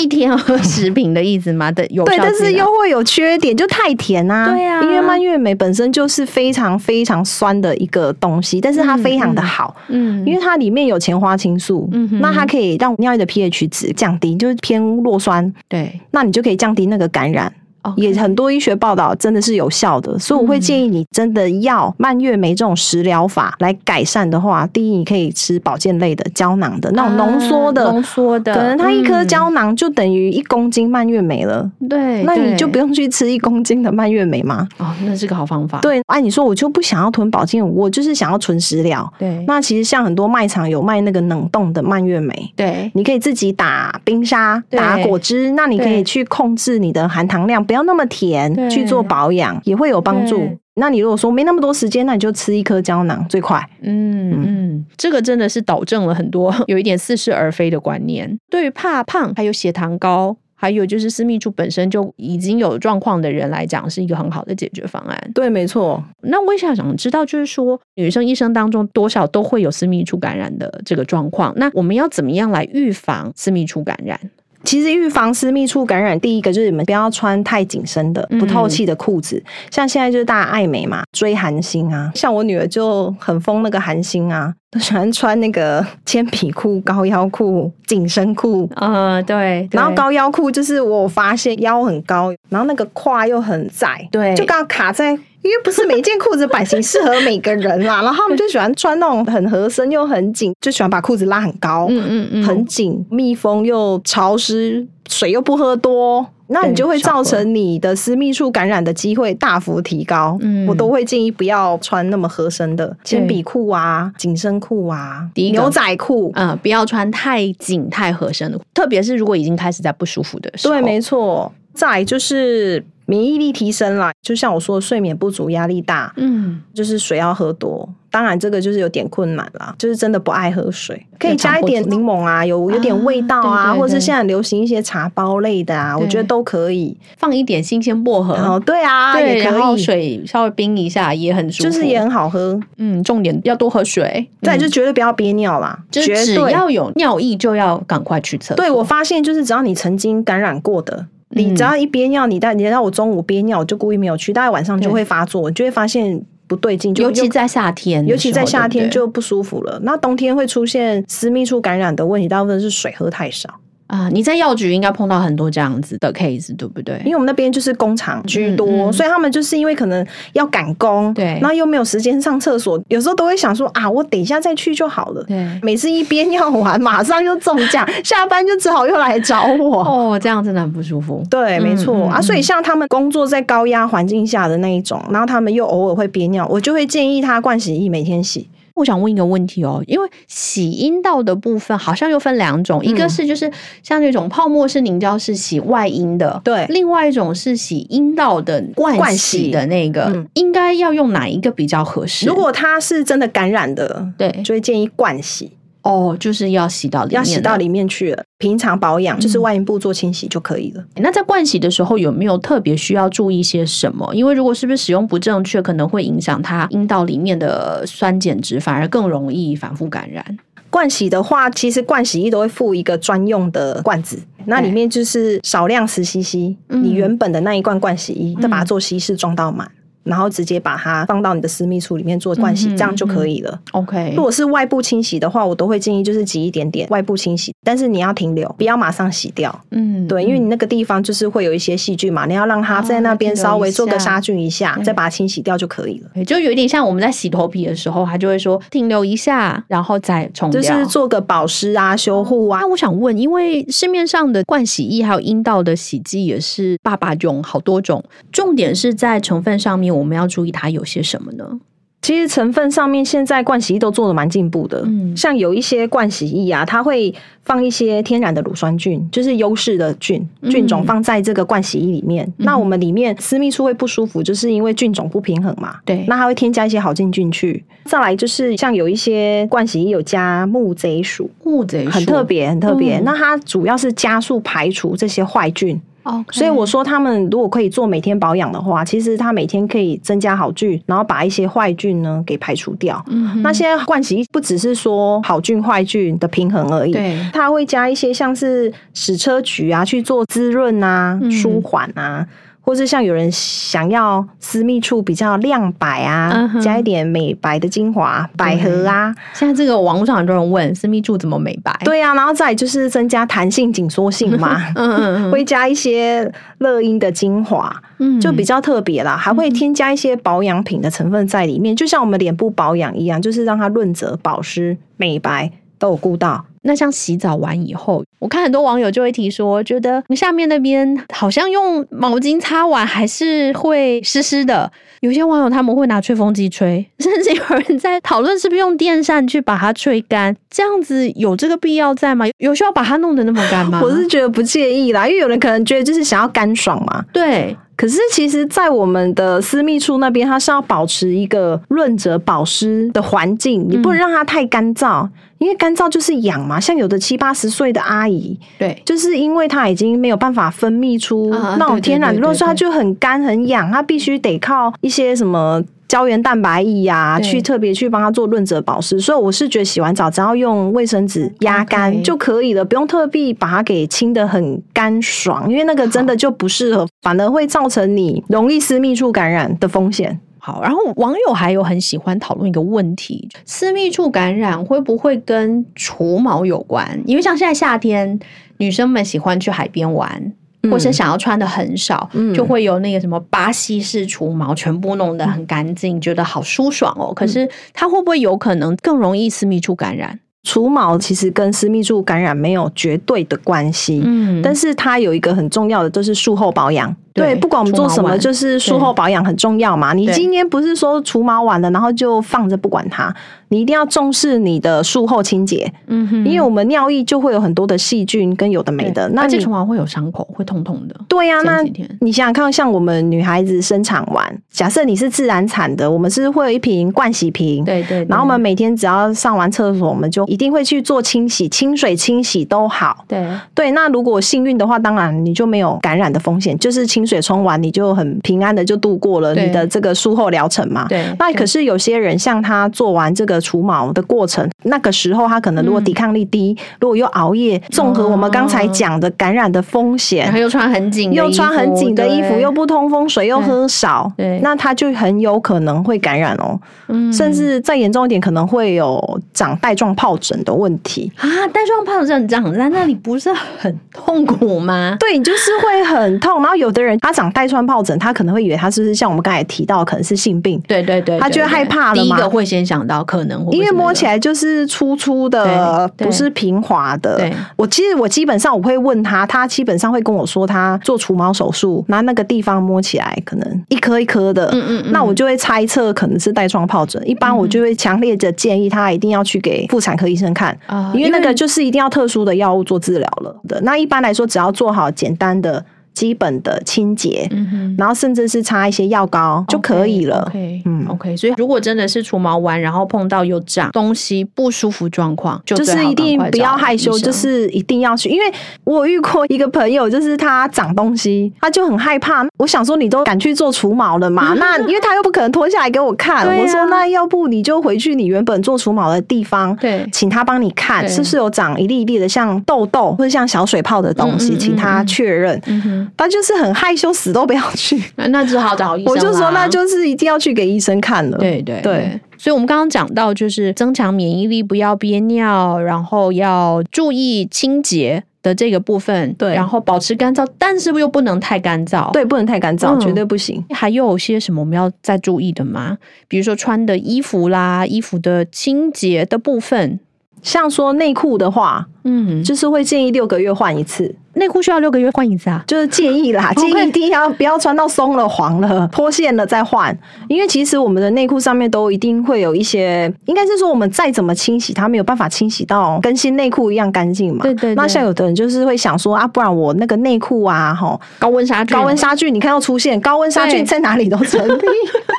[SPEAKER 1] 一天喝十瓶的意思吗？的有效
[SPEAKER 2] 对，但
[SPEAKER 1] 剂
[SPEAKER 2] 是
[SPEAKER 1] 量
[SPEAKER 2] 又会有缺点，就太甜啊。
[SPEAKER 1] 对啊
[SPEAKER 2] 因为蔓越莓本身就是非常非常酸的一个东西，但是它
[SPEAKER 1] 嗯
[SPEAKER 2] 非常
[SPEAKER 1] 嗯
[SPEAKER 2] 的好。
[SPEAKER 1] 嗯，
[SPEAKER 2] 因为它里面有前花青素，
[SPEAKER 1] 嗯哼
[SPEAKER 2] 那它可以让尿液的 pH 值降低，就是偏弱酸，
[SPEAKER 1] 对
[SPEAKER 2] 那你就可以降低那个感染。
[SPEAKER 1] 哦 OK
[SPEAKER 2] 也很多医学报道真的是有效的，所以我
[SPEAKER 1] 嗯
[SPEAKER 2] 会建议你真的要蔓越莓这种食疗法来改善的话，第一你可以吃保健类的胶囊的那种浓缩的，
[SPEAKER 1] 啊浓缩的，
[SPEAKER 2] 可能它一颗
[SPEAKER 1] 嗯
[SPEAKER 2] 胶囊就等于一公斤蔓越莓了，
[SPEAKER 1] 对，
[SPEAKER 2] 那你
[SPEAKER 1] 对
[SPEAKER 2] 就不用去吃一公斤的蔓越莓嘛。
[SPEAKER 1] 哦，那是个好方法。
[SPEAKER 2] 对，啊按、你说我就不想要囤保健，我就是想要纯食疗。
[SPEAKER 1] 对
[SPEAKER 2] 那其实像很多卖场有卖那个冷冻的蔓越莓，
[SPEAKER 1] 对
[SPEAKER 2] 你可以自己打冰沙、
[SPEAKER 1] 对
[SPEAKER 2] 打果汁，那你可
[SPEAKER 1] 对
[SPEAKER 2] 以去控制你的含糖量，不要那么
[SPEAKER 1] 对
[SPEAKER 2] 甜，去做保养也会有帮助
[SPEAKER 1] 对。
[SPEAKER 2] 那你如果说没那么多时间，那你就吃一颗胶囊最快。
[SPEAKER 1] 嗯嗯，这个真的是导正了很多 有一点似是而非的观念。对于怕胖，还有血糖高，还有就是私密处本身就已经有状况的人来讲，是一个很好的解决方案。
[SPEAKER 2] 对，没错，
[SPEAKER 1] 那我也想想知道，就是说女生一生当中多少都会有私密处感染的这个状况，那我们要怎么样来预防私密处感染？
[SPEAKER 2] 其实预防私密处感染，第一个就是你们不要穿太紧身的、不透气的裤子。像现在就是大家爱美嘛，追韩星啊，像我女儿就很疯那个韩星啊，都喜欢穿那个铅皮裤、高腰裤、紧身裤。
[SPEAKER 1] 呃，对
[SPEAKER 2] 然后高腰裤就是我有发现腰很高，然后那个胯又很窄，
[SPEAKER 1] 对
[SPEAKER 2] 就刚好卡在，因为不是每一件裤子版型适合每个人 啦。然后他们就喜欢穿那种很合身又很紧，就喜欢把裤子拉很高，
[SPEAKER 1] 嗯嗯嗯，
[SPEAKER 2] 很紧，密封又潮湿，水又不喝多，那你就会造成你的私密处感染的机会大幅提高。
[SPEAKER 1] 嗯
[SPEAKER 2] 我都会建议不要穿那么合身的铅笔裤啊、紧身裤啊、
[SPEAKER 1] 第一个
[SPEAKER 2] 牛仔裤。
[SPEAKER 1] 呃，不要穿太紧太合身的，特别是如果已经开始在不舒服的时候，
[SPEAKER 2] 对，没错。再来就是免疫力提升啦，就像我说的，睡眠不足、压力大，
[SPEAKER 1] 嗯，
[SPEAKER 2] 就是水要喝多。当然，这个就是有点困难啦，就是真的不爱喝水，可以加一点柠檬啊，有有点味道
[SPEAKER 1] 啊
[SPEAKER 2] 啊，
[SPEAKER 1] 对对
[SPEAKER 2] 或者
[SPEAKER 1] 对
[SPEAKER 2] 是现在流行一些茶包类的啊，
[SPEAKER 1] 对
[SPEAKER 2] 我觉得都可以。
[SPEAKER 1] 放一点新鲜薄荷，
[SPEAKER 2] 然后对啊，
[SPEAKER 1] 对，
[SPEAKER 2] 也
[SPEAKER 1] 然
[SPEAKER 2] 可
[SPEAKER 1] 后
[SPEAKER 2] 以，
[SPEAKER 1] 水稍微冰一下也很舒服，
[SPEAKER 2] 就是也很好喝。
[SPEAKER 1] 嗯，重点要多喝水，
[SPEAKER 2] 再
[SPEAKER 1] 嗯
[SPEAKER 2] 来就绝对不要憋尿啦，
[SPEAKER 1] 就是
[SPEAKER 2] 绝
[SPEAKER 1] 只
[SPEAKER 2] 对。
[SPEAKER 1] 要有尿意就要赶快去厕所，
[SPEAKER 2] 对我发现就是只要你曾经感染过的。
[SPEAKER 1] 嗯
[SPEAKER 2] 你只要一憋尿，你但你知道我中午憋尿，我就故意没有去，大概晚上就
[SPEAKER 1] 对
[SPEAKER 2] 会发作，你就会发现不对劲，就
[SPEAKER 1] 尤其
[SPEAKER 2] 又
[SPEAKER 1] 在夏天的时候，
[SPEAKER 2] 尤其在夏天
[SPEAKER 1] 对不对
[SPEAKER 2] 就不舒服了。那冬天会出现私密处感染的问题，大部分是水喝太少，
[SPEAKER 1] 啊，你在药局应该碰到很多这样子的 case，对不对？
[SPEAKER 2] 因为我们那边就是工厂居多，
[SPEAKER 1] 嗯嗯
[SPEAKER 2] 所以他们就是因为可能要赶工，
[SPEAKER 1] 对
[SPEAKER 2] 然后又没有时间上厕所，有时候都会想说啊，我等一下再去就好了。
[SPEAKER 1] 对。
[SPEAKER 2] 每次一憋尿完，马上就中奖，下班就只好又来找我。
[SPEAKER 1] 哦，这样真的很不舒服。
[SPEAKER 2] 对，没错、
[SPEAKER 1] 嗯嗯
[SPEAKER 2] 啊，
[SPEAKER 1] 嗯
[SPEAKER 2] 所以像他们工作在高压环境下的那一种，然后他们又偶尔会憋尿，我就会建议他灌洗液每天洗。
[SPEAKER 1] 我想问一个问题哦，因为洗阴道的部分好像又分两种，一
[SPEAKER 2] 嗯
[SPEAKER 1] 个是就是像那种泡沫式凝胶是洗外阴的，
[SPEAKER 2] 对
[SPEAKER 1] 另外一种是洗阴道的灌
[SPEAKER 2] 灌
[SPEAKER 1] 洗
[SPEAKER 2] 洗
[SPEAKER 1] 的那个，
[SPEAKER 2] 嗯
[SPEAKER 1] 应该要用哪一个比较合适？
[SPEAKER 2] 如果他是真的感染的，
[SPEAKER 1] 对
[SPEAKER 2] 就会建议灌洗，
[SPEAKER 1] 哦，就是要洗哎到里面
[SPEAKER 2] 要
[SPEAKER 1] 的，嗯
[SPEAKER 2] 洗到里面去了。平常保养就是外阴部做清洗就可以了。
[SPEAKER 1] 那在灌洗的时候有没有特别需要注意些什么？因为如果是不是使用不正确，可能会影响它阴道里面的酸碱值，反而更容易反复感染。
[SPEAKER 2] 灌洗的话，其实灌洗液都会附一个专用的罐子，那里面就是少量十 CC，
[SPEAKER 1] 嗯
[SPEAKER 2] 你原本的那一罐灌洗液，
[SPEAKER 1] 嗯
[SPEAKER 2] 再把它做稀释装到满，然后直接把它放到你的私密处里面做灌洗，
[SPEAKER 1] 嗯哼
[SPEAKER 2] 这样就可以了。
[SPEAKER 1] OK，
[SPEAKER 2] 如果是外部清洗的话，我都会建议就是挤一点点外部清洗，但是你要停留，不要马上洗掉。
[SPEAKER 1] 嗯，
[SPEAKER 2] 对，因为
[SPEAKER 1] 嗯
[SPEAKER 2] 你那个地方就是会有一些细菌嘛，你要让它在那
[SPEAKER 1] 哦
[SPEAKER 2] 边
[SPEAKER 1] 停留
[SPEAKER 2] 稍微
[SPEAKER 1] 一
[SPEAKER 2] 做个
[SPEAKER 1] 下嗯
[SPEAKER 2] 杀菌一下，
[SPEAKER 1] 对
[SPEAKER 2] 再把它清洗掉就可以了。
[SPEAKER 1] 对就有点像我们在洗头皮的时候，它就会说停留一下，然后再冲
[SPEAKER 2] 就
[SPEAKER 1] 掉。
[SPEAKER 2] 是做个保湿啊、修护啊
[SPEAKER 1] 那，我想问，因为市面上的灌洗液还有阴道的洗剂也是爸爸用好多种，重点是在成分上面，我们要注意它有些什么呢？
[SPEAKER 2] 其实成分上面现在盥洗液都做的蛮进步的，
[SPEAKER 1] 嗯
[SPEAKER 2] 像有一些盥洗液啊，它会放一些天然的乳酸菌，就是优势的菌
[SPEAKER 1] 嗯
[SPEAKER 2] 菌种放在这个盥洗液里面。那我们里面私密处会不舒服，就是因为菌种不平衡嘛。
[SPEAKER 1] 对
[SPEAKER 2] 那它会添加一些好菌进去。再来就是像有一些盥洗液有加木贼鼠，
[SPEAKER 1] 木贼
[SPEAKER 2] 很特别，很特别。
[SPEAKER 1] 嗯
[SPEAKER 2] 那它主要是加速排除这些坏菌，
[SPEAKER 1] 哦，
[SPEAKER 2] 所以我说，他们如果可以做每天保养的话，其实他每天可以增加好菌，然后把一些坏菌呢给排除掉。
[SPEAKER 1] 嗯
[SPEAKER 2] 那现在盥洗不只是说好菌坏菌的平衡而已，
[SPEAKER 1] 对
[SPEAKER 2] 它会加一些像是矢车菊啊去做滋润啊、
[SPEAKER 1] 嗯
[SPEAKER 2] 舒缓啊。或是像有人想要私密处比较亮白啊
[SPEAKER 1] 嗯哼
[SPEAKER 2] 加一点美白的精华、百合啊，
[SPEAKER 1] 现在这个网络上很多人问私密处怎么美白，，
[SPEAKER 2] 对啊，然后再来就是增加弹性、紧缩 性嘛，
[SPEAKER 1] 嗯嗯嗯
[SPEAKER 2] 会加一些乐音的精华，
[SPEAKER 1] 嗯，
[SPEAKER 2] 就比较特别啦，还会添加一些保养品的成分在里面，就像我们脸部保养一样，就是让它润泽、保湿、美白都有顾到。
[SPEAKER 1] 那像洗澡完以后，我看很多网友就会提说，觉得下面那边好像用毛巾擦完还是会湿湿的。有些网友他们会拿吹风机吹， 甚至有人在讨论是不是用电扇去把它吹干。这样子有这个必要在吗？有需要把它弄得那么干 吗？
[SPEAKER 2] 我是觉得不介意啦，因为有人可能觉得就是想要干爽嘛，
[SPEAKER 1] 对，
[SPEAKER 2] 可是其实，在我们的私密处那边，它是要保持一个润泽保湿的环境，你不能让它太干燥，因为干燥就是痒嘛。像有的七八十岁的阿姨，
[SPEAKER 1] 对，
[SPEAKER 2] 就是因为她已经没有办法分泌出
[SPEAKER 1] 啊对
[SPEAKER 2] 那
[SPEAKER 1] 对
[SPEAKER 2] 种天然
[SPEAKER 1] 对
[SPEAKER 2] 的
[SPEAKER 1] 对
[SPEAKER 2] 肉质，
[SPEAKER 1] 对
[SPEAKER 2] 她就很干很痒，她必须得靠一些什么。胶原蛋白液呀、
[SPEAKER 1] 对
[SPEAKER 2] 去特别去帮她做润泽保湿，所以我是觉得洗完澡只要用卫生纸压干
[SPEAKER 1] OK
[SPEAKER 2] 就可以了，不用特地把它给清的很干爽，因为那个真的就不适合，反而会造成你容易私密处感染的风险。
[SPEAKER 1] 好，然后网友还有很喜欢讨论一个问题：私密处感染会不会跟除毛有关？因为像现在夏天，女生们喜欢去海边玩，或是想要穿的很少，
[SPEAKER 2] 嗯
[SPEAKER 1] 就会有那个什么巴西式除毛，全部弄得很干净，觉得好舒爽哦。可
[SPEAKER 2] 嗯
[SPEAKER 1] 是它会不会有可能更容易私密处感染？
[SPEAKER 2] 除毛其实跟私密处感染没有绝对的关系，
[SPEAKER 1] 嗯
[SPEAKER 2] 但
[SPEAKER 1] 是
[SPEAKER 2] 是它有一个很重要的，就是术后保养。
[SPEAKER 1] 对
[SPEAKER 2] 对，不管我们做什
[SPEAKER 1] 除毛
[SPEAKER 2] 么，
[SPEAKER 1] 丸
[SPEAKER 2] 就是术后保养很重要嘛。你
[SPEAKER 1] 对
[SPEAKER 2] 今天不是说除毛完了，然后就放着不管它，你一定要重视你的术后清洁，
[SPEAKER 1] 嗯哼
[SPEAKER 2] 因为我们尿液就会有很多的细菌跟有的没的。那
[SPEAKER 1] 而且
[SPEAKER 2] 你
[SPEAKER 1] 除毛会有伤口，会痛痛的。
[SPEAKER 2] 对呀、
[SPEAKER 1] 前
[SPEAKER 2] 那
[SPEAKER 1] 几天
[SPEAKER 2] 你想想看，像我们女孩子生产完，假设你是自然产的，我们是会有一瓶盥洗瓶，
[SPEAKER 1] 对对
[SPEAKER 2] 然后我们每天只要上完厕所，我们就一定会去做清洗，清水清洗都好。
[SPEAKER 1] 对
[SPEAKER 2] 对，那如果幸运的话，当然你就没有感染的风险，就是清水冲完你就很平安的就度过了
[SPEAKER 1] 对
[SPEAKER 2] 你的这个术后疗程嘛。
[SPEAKER 1] 对，
[SPEAKER 2] 那可是有些人像他做完这个除毛的过程，那个时候他可能如果
[SPEAKER 1] 嗯
[SPEAKER 2] 抵抗力低，如果又熬夜，综合我们刚才
[SPEAKER 1] 哦
[SPEAKER 2] 讲的感染的风险
[SPEAKER 1] 然后，又穿很紧的衣服，
[SPEAKER 2] 又穿很紧的衣服，
[SPEAKER 1] 对
[SPEAKER 2] 又不通风，水又
[SPEAKER 1] 对
[SPEAKER 2] 喝少，
[SPEAKER 1] 对
[SPEAKER 2] 那他就很有可能会感染哦，
[SPEAKER 1] 嗯
[SPEAKER 2] 甚至再严重一点，可能会有长带状疱疹的问题。
[SPEAKER 1] 啊，带状疱疹长在那里不是很痛苦吗？
[SPEAKER 2] 对，你就是会很痛。然后有的人他长带状疱疹，他可能会以为他是不是像我们刚才提到，可能是性病，
[SPEAKER 1] 对对对，
[SPEAKER 2] 他觉得
[SPEAKER 1] 对对
[SPEAKER 2] 害怕了
[SPEAKER 1] 第一
[SPEAKER 2] 嘛
[SPEAKER 1] 个会先想到可能会
[SPEAKER 2] 因为摸起
[SPEAKER 1] 来
[SPEAKER 2] 来就是粗粗的，
[SPEAKER 1] 对对
[SPEAKER 2] 不是平滑的
[SPEAKER 1] 对。
[SPEAKER 2] 我其实我基本上我会问他，他基本上会跟我说他做除毛手术，那那个地方摸起来可能一颗一颗的，
[SPEAKER 1] 嗯嗯嗯
[SPEAKER 2] 那我就会猜测可能是带状疱疹。一般我就会强烈的建议他一定要去给妇产科医生看。
[SPEAKER 1] 啊
[SPEAKER 2] 因为那个就是一定要特殊的药物做治疗了的。那一般来说，只要做好简单的、基本的清洁，
[SPEAKER 1] 嗯哼。
[SPEAKER 2] 然后甚至是擦一些药膏就可以了。
[SPEAKER 1] OK，,
[SPEAKER 2] 嗯
[SPEAKER 1] OK，所以如果真的是除毛完，然后碰到有长东西不舒服状况，就
[SPEAKER 2] 就
[SPEAKER 1] 最
[SPEAKER 2] 是
[SPEAKER 1] 好
[SPEAKER 2] 一定
[SPEAKER 1] 赶快
[SPEAKER 2] 不
[SPEAKER 1] 找
[SPEAKER 2] 要害
[SPEAKER 1] 医
[SPEAKER 2] 羞，
[SPEAKER 1] 生
[SPEAKER 2] 就是一定要去，因为我遇过一个朋友，就是他长东西，他就很害怕。我想说，你都敢去做除毛了 嘛？那因为他又不可能脱下来给我看，
[SPEAKER 1] 对啊
[SPEAKER 2] 我说那要不你就回去你原本做除毛的地方，
[SPEAKER 1] 对
[SPEAKER 2] 请他帮你看
[SPEAKER 1] 对
[SPEAKER 2] 是不是有长一粒一粒的像痘痘或者像小水泡的东
[SPEAKER 1] 嗯
[SPEAKER 2] 西，
[SPEAKER 1] 嗯嗯
[SPEAKER 2] 请他确认。
[SPEAKER 1] 嗯哼，
[SPEAKER 2] 他就是很害羞，死都不要去。
[SPEAKER 1] 那那只好 找医生
[SPEAKER 2] 我就说，
[SPEAKER 1] 啦
[SPEAKER 2] 那就是一定要去给医生看了。
[SPEAKER 1] 对对
[SPEAKER 2] 对
[SPEAKER 1] 所以我们刚刚讲到，就是增强免疫力，不要憋尿，然后要注意清洁的这个部分，
[SPEAKER 2] 对
[SPEAKER 1] 然后保持干燥，但是又不能太干燥，。
[SPEAKER 2] 对，不能太干燥，
[SPEAKER 1] 嗯
[SPEAKER 2] 绝对不行。
[SPEAKER 1] 还有些什么我们要再注意的吗？比如说穿的衣服啦，衣服的清洁的部分，
[SPEAKER 2] 像说内裤的话，
[SPEAKER 1] 嗯，
[SPEAKER 2] 就是会建议六个月换一次，
[SPEAKER 1] 内裤需要六个月换一次啊。
[SPEAKER 2] 就是建议啦，建议一定要不要穿到松了、黄了、脱线了再换，因为其实我们的内裤上面都一定会有一些，应该是说我们再怎么清洗，它没有办法清洗到跟新内裤一样干净嘛。
[SPEAKER 1] 对对对
[SPEAKER 2] 那像有的人就是会想说啊，不然我那个内裤啊，吼，
[SPEAKER 1] 高温杀菌，
[SPEAKER 2] 高温杀菌，你看到出现高温杀
[SPEAKER 1] 对
[SPEAKER 2] 菌在哪里都成立。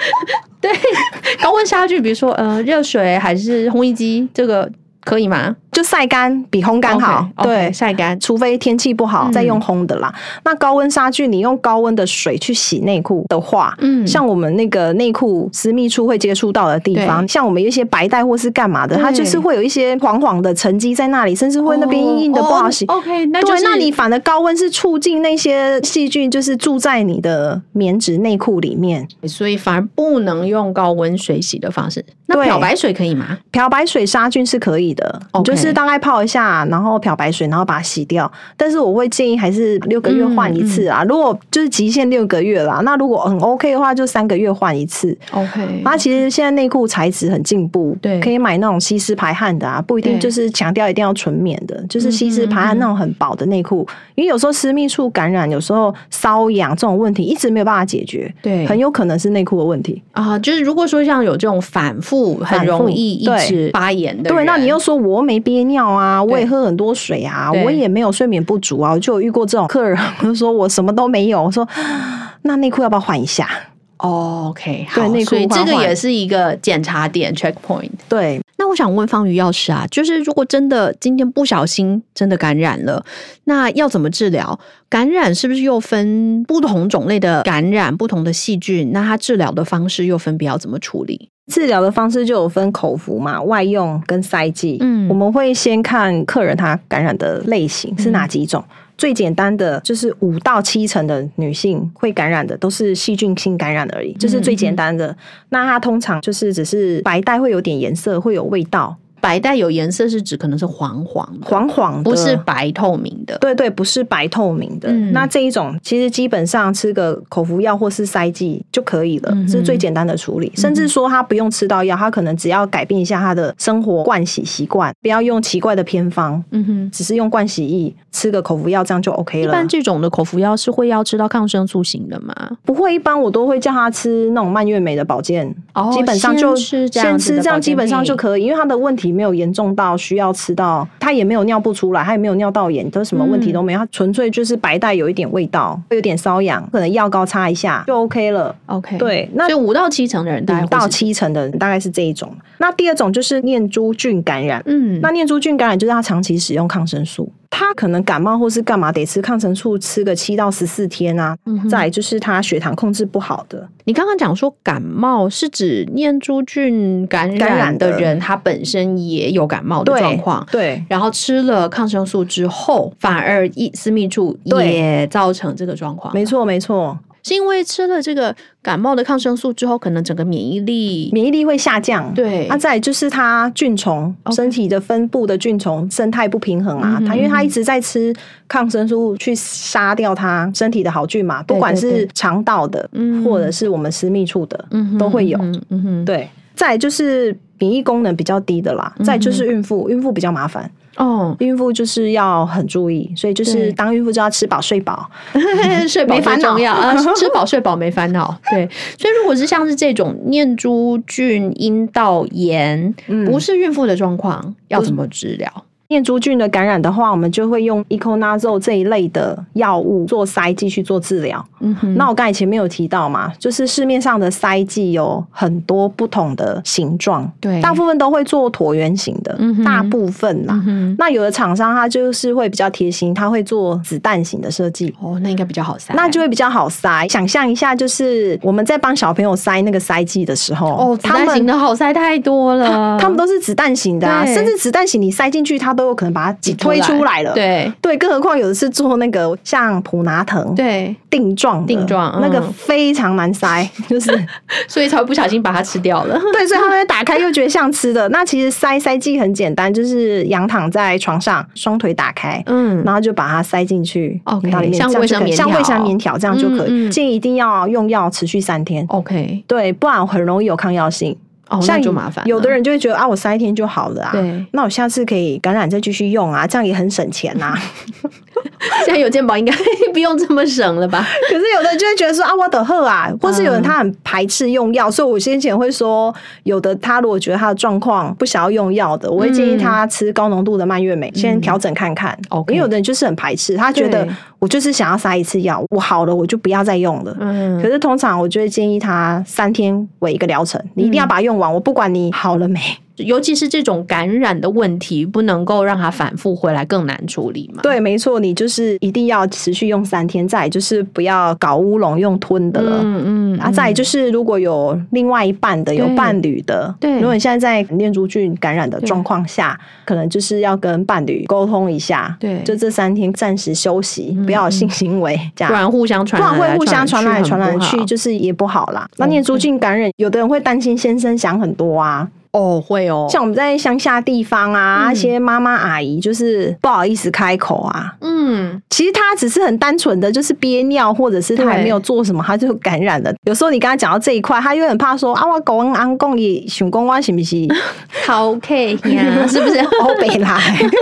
[SPEAKER 1] 对高温杀菌，比如说呃热水还是烘衣机，这个可以吗？
[SPEAKER 2] 就晒干比烘干好。
[SPEAKER 1] OK，OK，
[SPEAKER 2] 对，
[SPEAKER 1] 晒干
[SPEAKER 2] 除非天气不好
[SPEAKER 1] 嗯
[SPEAKER 2] 再用烘的啦。那高温杀菌，你用高温的水去洗内裤的话，
[SPEAKER 1] 嗯
[SPEAKER 2] 像我们那个内裤私密处会接触到的地方，
[SPEAKER 1] 对
[SPEAKER 2] 像我们有一些白带或是干嘛的，
[SPEAKER 1] 对
[SPEAKER 2] 它就是会有一些黄黄的沉积在那里，甚至会那边硬硬的
[SPEAKER 1] 哦
[SPEAKER 2] 不好洗。
[SPEAKER 1] 哦 OK，那就
[SPEAKER 2] 对，
[SPEAKER 1] 是
[SPEAKER 2] 那你反而高温是促进那些细菌，就是住在你的棉质内裤里面。
[SPEAKER 1] 所以反而不能用高温水洗的方式。那
[SPEAKER 2] 对
[SPEAKER 1] 漂白水可以吗？
[SPEAKER 2] 漂白水杀菌是可以的
[SPEAKER 1] OK
[SPEAKER 2] 你就是大概泡一下，然后漂白水，然后把它洗掉。但是我会建议还是六个月换一次
[SPEAKER 1] 嗯
[SPEAKER 2] 啊。如果就是极限六个月啦，那如果很 OK 的话，就三个月换一次。
[SPEAKER 1] OK，
[SPEAKER 2] 那其实现在内裤材质很进步，
[SPEAKER 1] 对
[SPEAKER 2] 可以买那种吸湿排汗的啊，不一定
[SPEAKER 1] 对
[SPEAKER 2] 就是强调一定要纯棉的，就是吸湿
[SPEAKER 1] 嗯
[SPEAKER 2] 排
[SPEAKER 1] 嗯
[SPEAKER 2] 汗
[SPEAKER 1] 嗯
[SPEAKER 2] 那种很薄的内裤，因为有时候私密处感染，有时候瘙痒这种问题一直没有办法解决，
[SPEAKER 1] 对
[SPEAKER 2] 很有可能是内裤的问题。
[SPEAKER 1] 啊、就是如果说像有这种反复很
[SPEAKER 2] 反复
[SPEAKER 1] 容易一
[SPEAKER 2] 对
[SPEAKER 1] 直发炎的人，
[SPEAKER 2] 对，那你又说我没憋尿啊，我也
[SPEAKER 1] 对
[SPEAKER 2] 喝很多水啊，
[SPEAKER 1] 对
[SPEAKER 2] 我也没有睡眠不足啊，我就有遇过这种客人， 我就说我什么都没有，我说那内裤要不要换一下？
[SPEAKER 1] 哦 OK 好，
[SPEAKER 2] 对内裤
[SPEAKER 1] 所以这个
[SPEAKER 2] 换换
[SPEAKER 1] 也是一个检查点 checkpoint。
[SPEAKER 2] 对，
[SPEAKER 1] 那我想问方瑜药师啊，就是如果真的今天不小心真的感染了，那要怎么治疗？感染是不是又分不同种类的感染、不同的细菌？那它治疗的方式又分别要怎么处理？
[SPEAKER 2] 治疗的方式就有分口服嘛、外用跟塞剂。
[SPEAKER 1] 嗯
[SPEAKER 2] 我们会先看客人他感染的类型是哪几
[SPEAKER 1] 嗯
[SPEAKER 2] 种。最简单的就是五到七成的女性会感染的都是细菌性感染
[SPEAKER 1] 嗯
[SPEAKER 2] 而已，这、是最简单的。那它通常就是只是白带会有点颜色，会有味道，
[SPEAKER 1] 白带有颜色是指可能是黄黄的，
[SPEAKER 2] 黄黄的，
[SPEAKER 1] 不是白透明的。
[SPEAKER 2] 对对，不是白透明的。
[SPEAKER 1] 嗯
[SPEAKER 2] 那这一种其实基本上吃个口服药或是塞剂就可以了，
[SPEAKER 1] 嗯哼嗯
[SPEAKER 2] 这是最简单的处理。甚至说他不用吃到药，他可能只要改变一下他的生活盥洗习惯，不要用奇怪的偏方，
[SPEAKER 1] 嗯哼，
[SPEAKER 2] 只是用盥洗液吃个口服药，这样就 OK
[SPEAKER 1] 一
[SPEAKER 2] 了
[SPEAKER 1] 般。这种的口服药是会要吃到抗生素型的吗？
[SPEAKER 2] 不会，一般我都会叫他吃那种蔓越莓的保健，
[SPEAKER 1] 哦
[SPEAKER 2] 基本上就
[SPEAKER 1] 先吃这样
[SPEAKER 2] 先
[SPEAKER 1] 子的
[SPEAKER 2] 吃这
[SPEAKER 1] 保健
[SPEAKER 2] 样，基本上
[SPEAKER 1] 品
[SPEAKER 2] 就可以，因为他的问题没有严重到需要吃到，他也没有尿不出来，他也没有尿道炎，都什么问题都没有，他纯粹就是白带有一点味道，会有点瘙痒，可能药膏擦一下就 OK 了。
[SPEAKER 1] OK，，
[SPEAKER 2] 对，那
[SPEAKER 1] 所以五到七成的人大概
[SPEAKER 2] 五
[SPEAKER 1] 会是
[SPEAKER 2] 到，七成的人大概是这一种。那第二种就是念珠菌感染，
[SPEAKER 1] 嗯，
[SPEAKER 2] 那念珠菌感染就是他长期使用抗生素，他可能感冒或是干嘛得吃抗生素，吃个七到十四天啊。
[SPEAKER 1] 嗯哼
[SPEAKER 2] 再来就是他血糖控制不好的，
[SPEAKER 1] 你刚刚讲说感冒是指念珠菌感
[SPEAKER 2] 感
[SPEAKER 1] 染
[SPEAKER 2] 染的
[SPEAKER 1] 的人，他本身也有感冒的
[SPEAKER 2] 对
[SPEAKER 1] 状况。
[SPEAKER 2] 对。
[SPEAKER 1] 然后吃了抗生素之后，反而一私密处
[SPEAKER 2] 对
[SPEAKER 1] 也造成这个状况，
[SPEAKER 2] 没错，没错，
[SPEAKER 1] 是因为吃了这个感冒的抗生素之后，可能整个免疫力
[SPEAKER 2] 免疫力会啊下降。
[SPEAKER 1] 对
[SPEAKER 2] 那、再来就是它菌虫
[SPEAKER 1] OK
[SPEAKER 2] 身体的分布的菌虫生态不平衡啊
[SPEAKER 1] 嗯，哼
[SPEAKER 2] 它因为它一直在吃抗生素去杀掉它身体的好菌嘛，
[SPEAKER 1] 对
[SPEAKER 2] 不管
[SPEAKER 1] 对
[SPEAKER 2] 是肠道的
[SPEAKER 1] 嗯，
[SPEAKER 2] 或者是我们私密处的，
[SPEAKER 1] 嗯哼
[SPEAKER 2] 都会有
[SPEAKER 1] 嗯哼嗯哼，
[SPEAKER 2] 对。再来就是免疫功能比较低的啦，
[SPEAKER 1] 嗯
[SPEAKER 2] 再来就是孕妇，孕妇比较麻烦，
[SPEAKER 1] 哦，
[SPEAKER 2] 孕妇就是要很注意，所以就
[SPEAKER 1] 对
[SPEAKER 2] 是当孕妇就要吃饱睡饱，
[SPEAKER 1] 睡饱最
[SPEAKER 2] 没烦恼
[SPEAKER 1] 重要啊， 呃吃饱睡饱没烦恼。对，所以如果是像是这种念珠菌阴道炎，
[SPEAKER 2] 嗯
[SPEAKER 1] 不是孕妇的状况，要怎么治疗？
[SPEAKER 2] 念珠菌的感染的话，我们就会用 Econazole 这一类的药物做塞剂去做治疗。
[SPEAKER 1] 嗯哼
[SPEAKER 2] 那我刚才前面有提到嘛，就是市面上的塞剂有很多不同的形状，
[SPEAKER 1] 对
[SPEAKER 2] 大部分都会做椭圆形的，
[SPEAKER 1] 嗯哼
[SPEAKER 2] 大部分啦。
[SPEAKER 1] 嗯哼
[SPEAKER 2] 那有的厂商它就是会比较贴心，它会做子弹型的设计。
[SPEAKER 1] 哦，那应该比较好塞，
[SPEAKER 2] 那就会比较好塞。想象一下，就是我们在帮小朋友塞那个塞剂的时候，
[SPEAKER 1] 哦，子
[SPEAKER 2] 他
[SPEAKER 1] 弹型
[SPEAKER 2] 们
[SPEAKER 1] 的好塞太多了，
[SPEAKER 2] 他们都是子弹型的啊，
[SPEAKER 1] 对
[SPEAKER 2] 甚至子弹型你塞进去，它都有可能把它挤推出来了。
[SPEAKER 1] 对
[SPEAKER 2] 对，更何况有的是做那个像普拿疼
[SPEAKER 1] 对，
[SPEAKER 2] 定状的，
[SPEAKER 1] 定状嗯
[SPEAKER 2] 那个非常难塞， 就是
[SPEAKER 1] 所以才会不小心把它吃掉了。
[SPEAKER 2] 对，所以他们打开又觉得像吃的。那其实塞塞剂很简单，就是仰躺在床上，双腿打 开。
[SPEAKER 1] 嗯，
[SPEAKER 2] 然后就把它塞进去
[SPEAKER 1] OK，
[SPEAKER 2] 阴道里面，
[SPEAKER 1] 像
[SPEAKER 2] 这样
[SPEAKER 1] 卫
[SPEAKER 2] 就
[SPEAKER 1] 生
[SPEAKER 2] 可以
[SPEAKER 1] 棉
[SPEAKER 2] 像
[SPEAKER 1] 条
[SPEAKER 2] 卫生棉条这样就可以。
[SPEAKER 1] 嗯嗯
[SPEAKER 2] 建议一定要用药持续三天，
[SPEAKER 1] OK，
[SPEAKER 2] 对，不然很容易有抗药性。
[SPEAKER 1] 哦，那
[SPEAKER 2] 像
[SPEAKER 1] 就麻烦了，
[SPEAKER 2] 有的人就会觉得啊，我塞一天就好了啊，
[SPEAKER 1] 对
[SPEAKER 2] 那我下次可以感染再继续用啊，这样也很省钱啊 呐、
[SPEAKER 1] 现在有健保应该不用这么省了吧？
[SPEAKER 2] 可是有的人就会觉得说啊，我的喝啊，
[SPEAKER 1] 嗯
[SPEAKER 2] 或是有人他很排斥用药，所以我先前会说，有的他如果觉得他的状况不想要用药的，我会建议他吃高浓度的蔓越莓，先调整看看。
[SPEAKER 1] 嗯 OK
[SPEAKER 2] 因为有的人就是很排斥，他觉得
[SPEAKER 1] 对
[SPEAKER 2] 我就是想要塞一次药，我好了我就不要再用了。
[SPEAKER 1] 嗯
[SPEAKER 2] 可是通常我就会建议他三天为一个疗程，你一定要把它用完。我不管你好了没，
[SPEAKER 1] 尤其是这种感染的问题，不能够让它反复回来，更难处理嘛。
[SPEAKER 2] 对，没错，你就是一定要持续用三天，再来就是不要搞乌龙用吞的了。
[SPEAKER 1] 嗯嗯
[SPEAKER 2] 啊，再来就是如果有另外一半的，有
[SPEAKER 1] 对
[SPEAKER 2] 伴侣的，
[SPEAKER 1] 对
[SPEAKER 2] 如果你现在在念珠菌感染的
[SPEAKER 1] 对
[SPEAKER 2] 状况下，可能就是要跟伴侣沟通一下，
[SPEAKER 1] 对
[SPEAKER 2] 就这三天暂时休息，
[SPEAKER 1] 嗯
[SPEAKER 2] 不要有性行为，这
[SPEAKER 1] 不啊
[SPEAKER 2] 样。
[SPEAKER 1] 然互相传
[SPEAKER 2] 嗯不然
[SPEAKER 1] 染来，
[SPEAKER 2] 会互相传染来哦传
[SPEAKER 1] 很
[SPEAKER 2] 染
[SPEAKER 1] 不好
[SPEAKER 2] 去，就是也不好啦。那
[SPEAKER 1] OK
[SPEAKER 2] 念珠菌感染，有的人会担心先生想很多啊，
[SPEAKER 1] 哦，会哦，
[SPEAKER 2] 像我们在乡下地方啊，
[SPEAKER 1] 嗯
[SPEAKER 2] 那些妈妈阿姨就是不好意思开口啊。
[SPEAKER 1] 嗯，
[SPEAKER 2] 其实她只是很单纯的，就是憋尿，或者是她
[SPEAKER 1] 对
[SPEAKER 2] 还没有做什么，她就感染了。有时候你跟她讲到这一块，她又很怕说啊，我狗跟安公也想公我是不是
[SPEAKER 1] 好 K 呀，是不是？
[SPEAKER 2] 欧北来？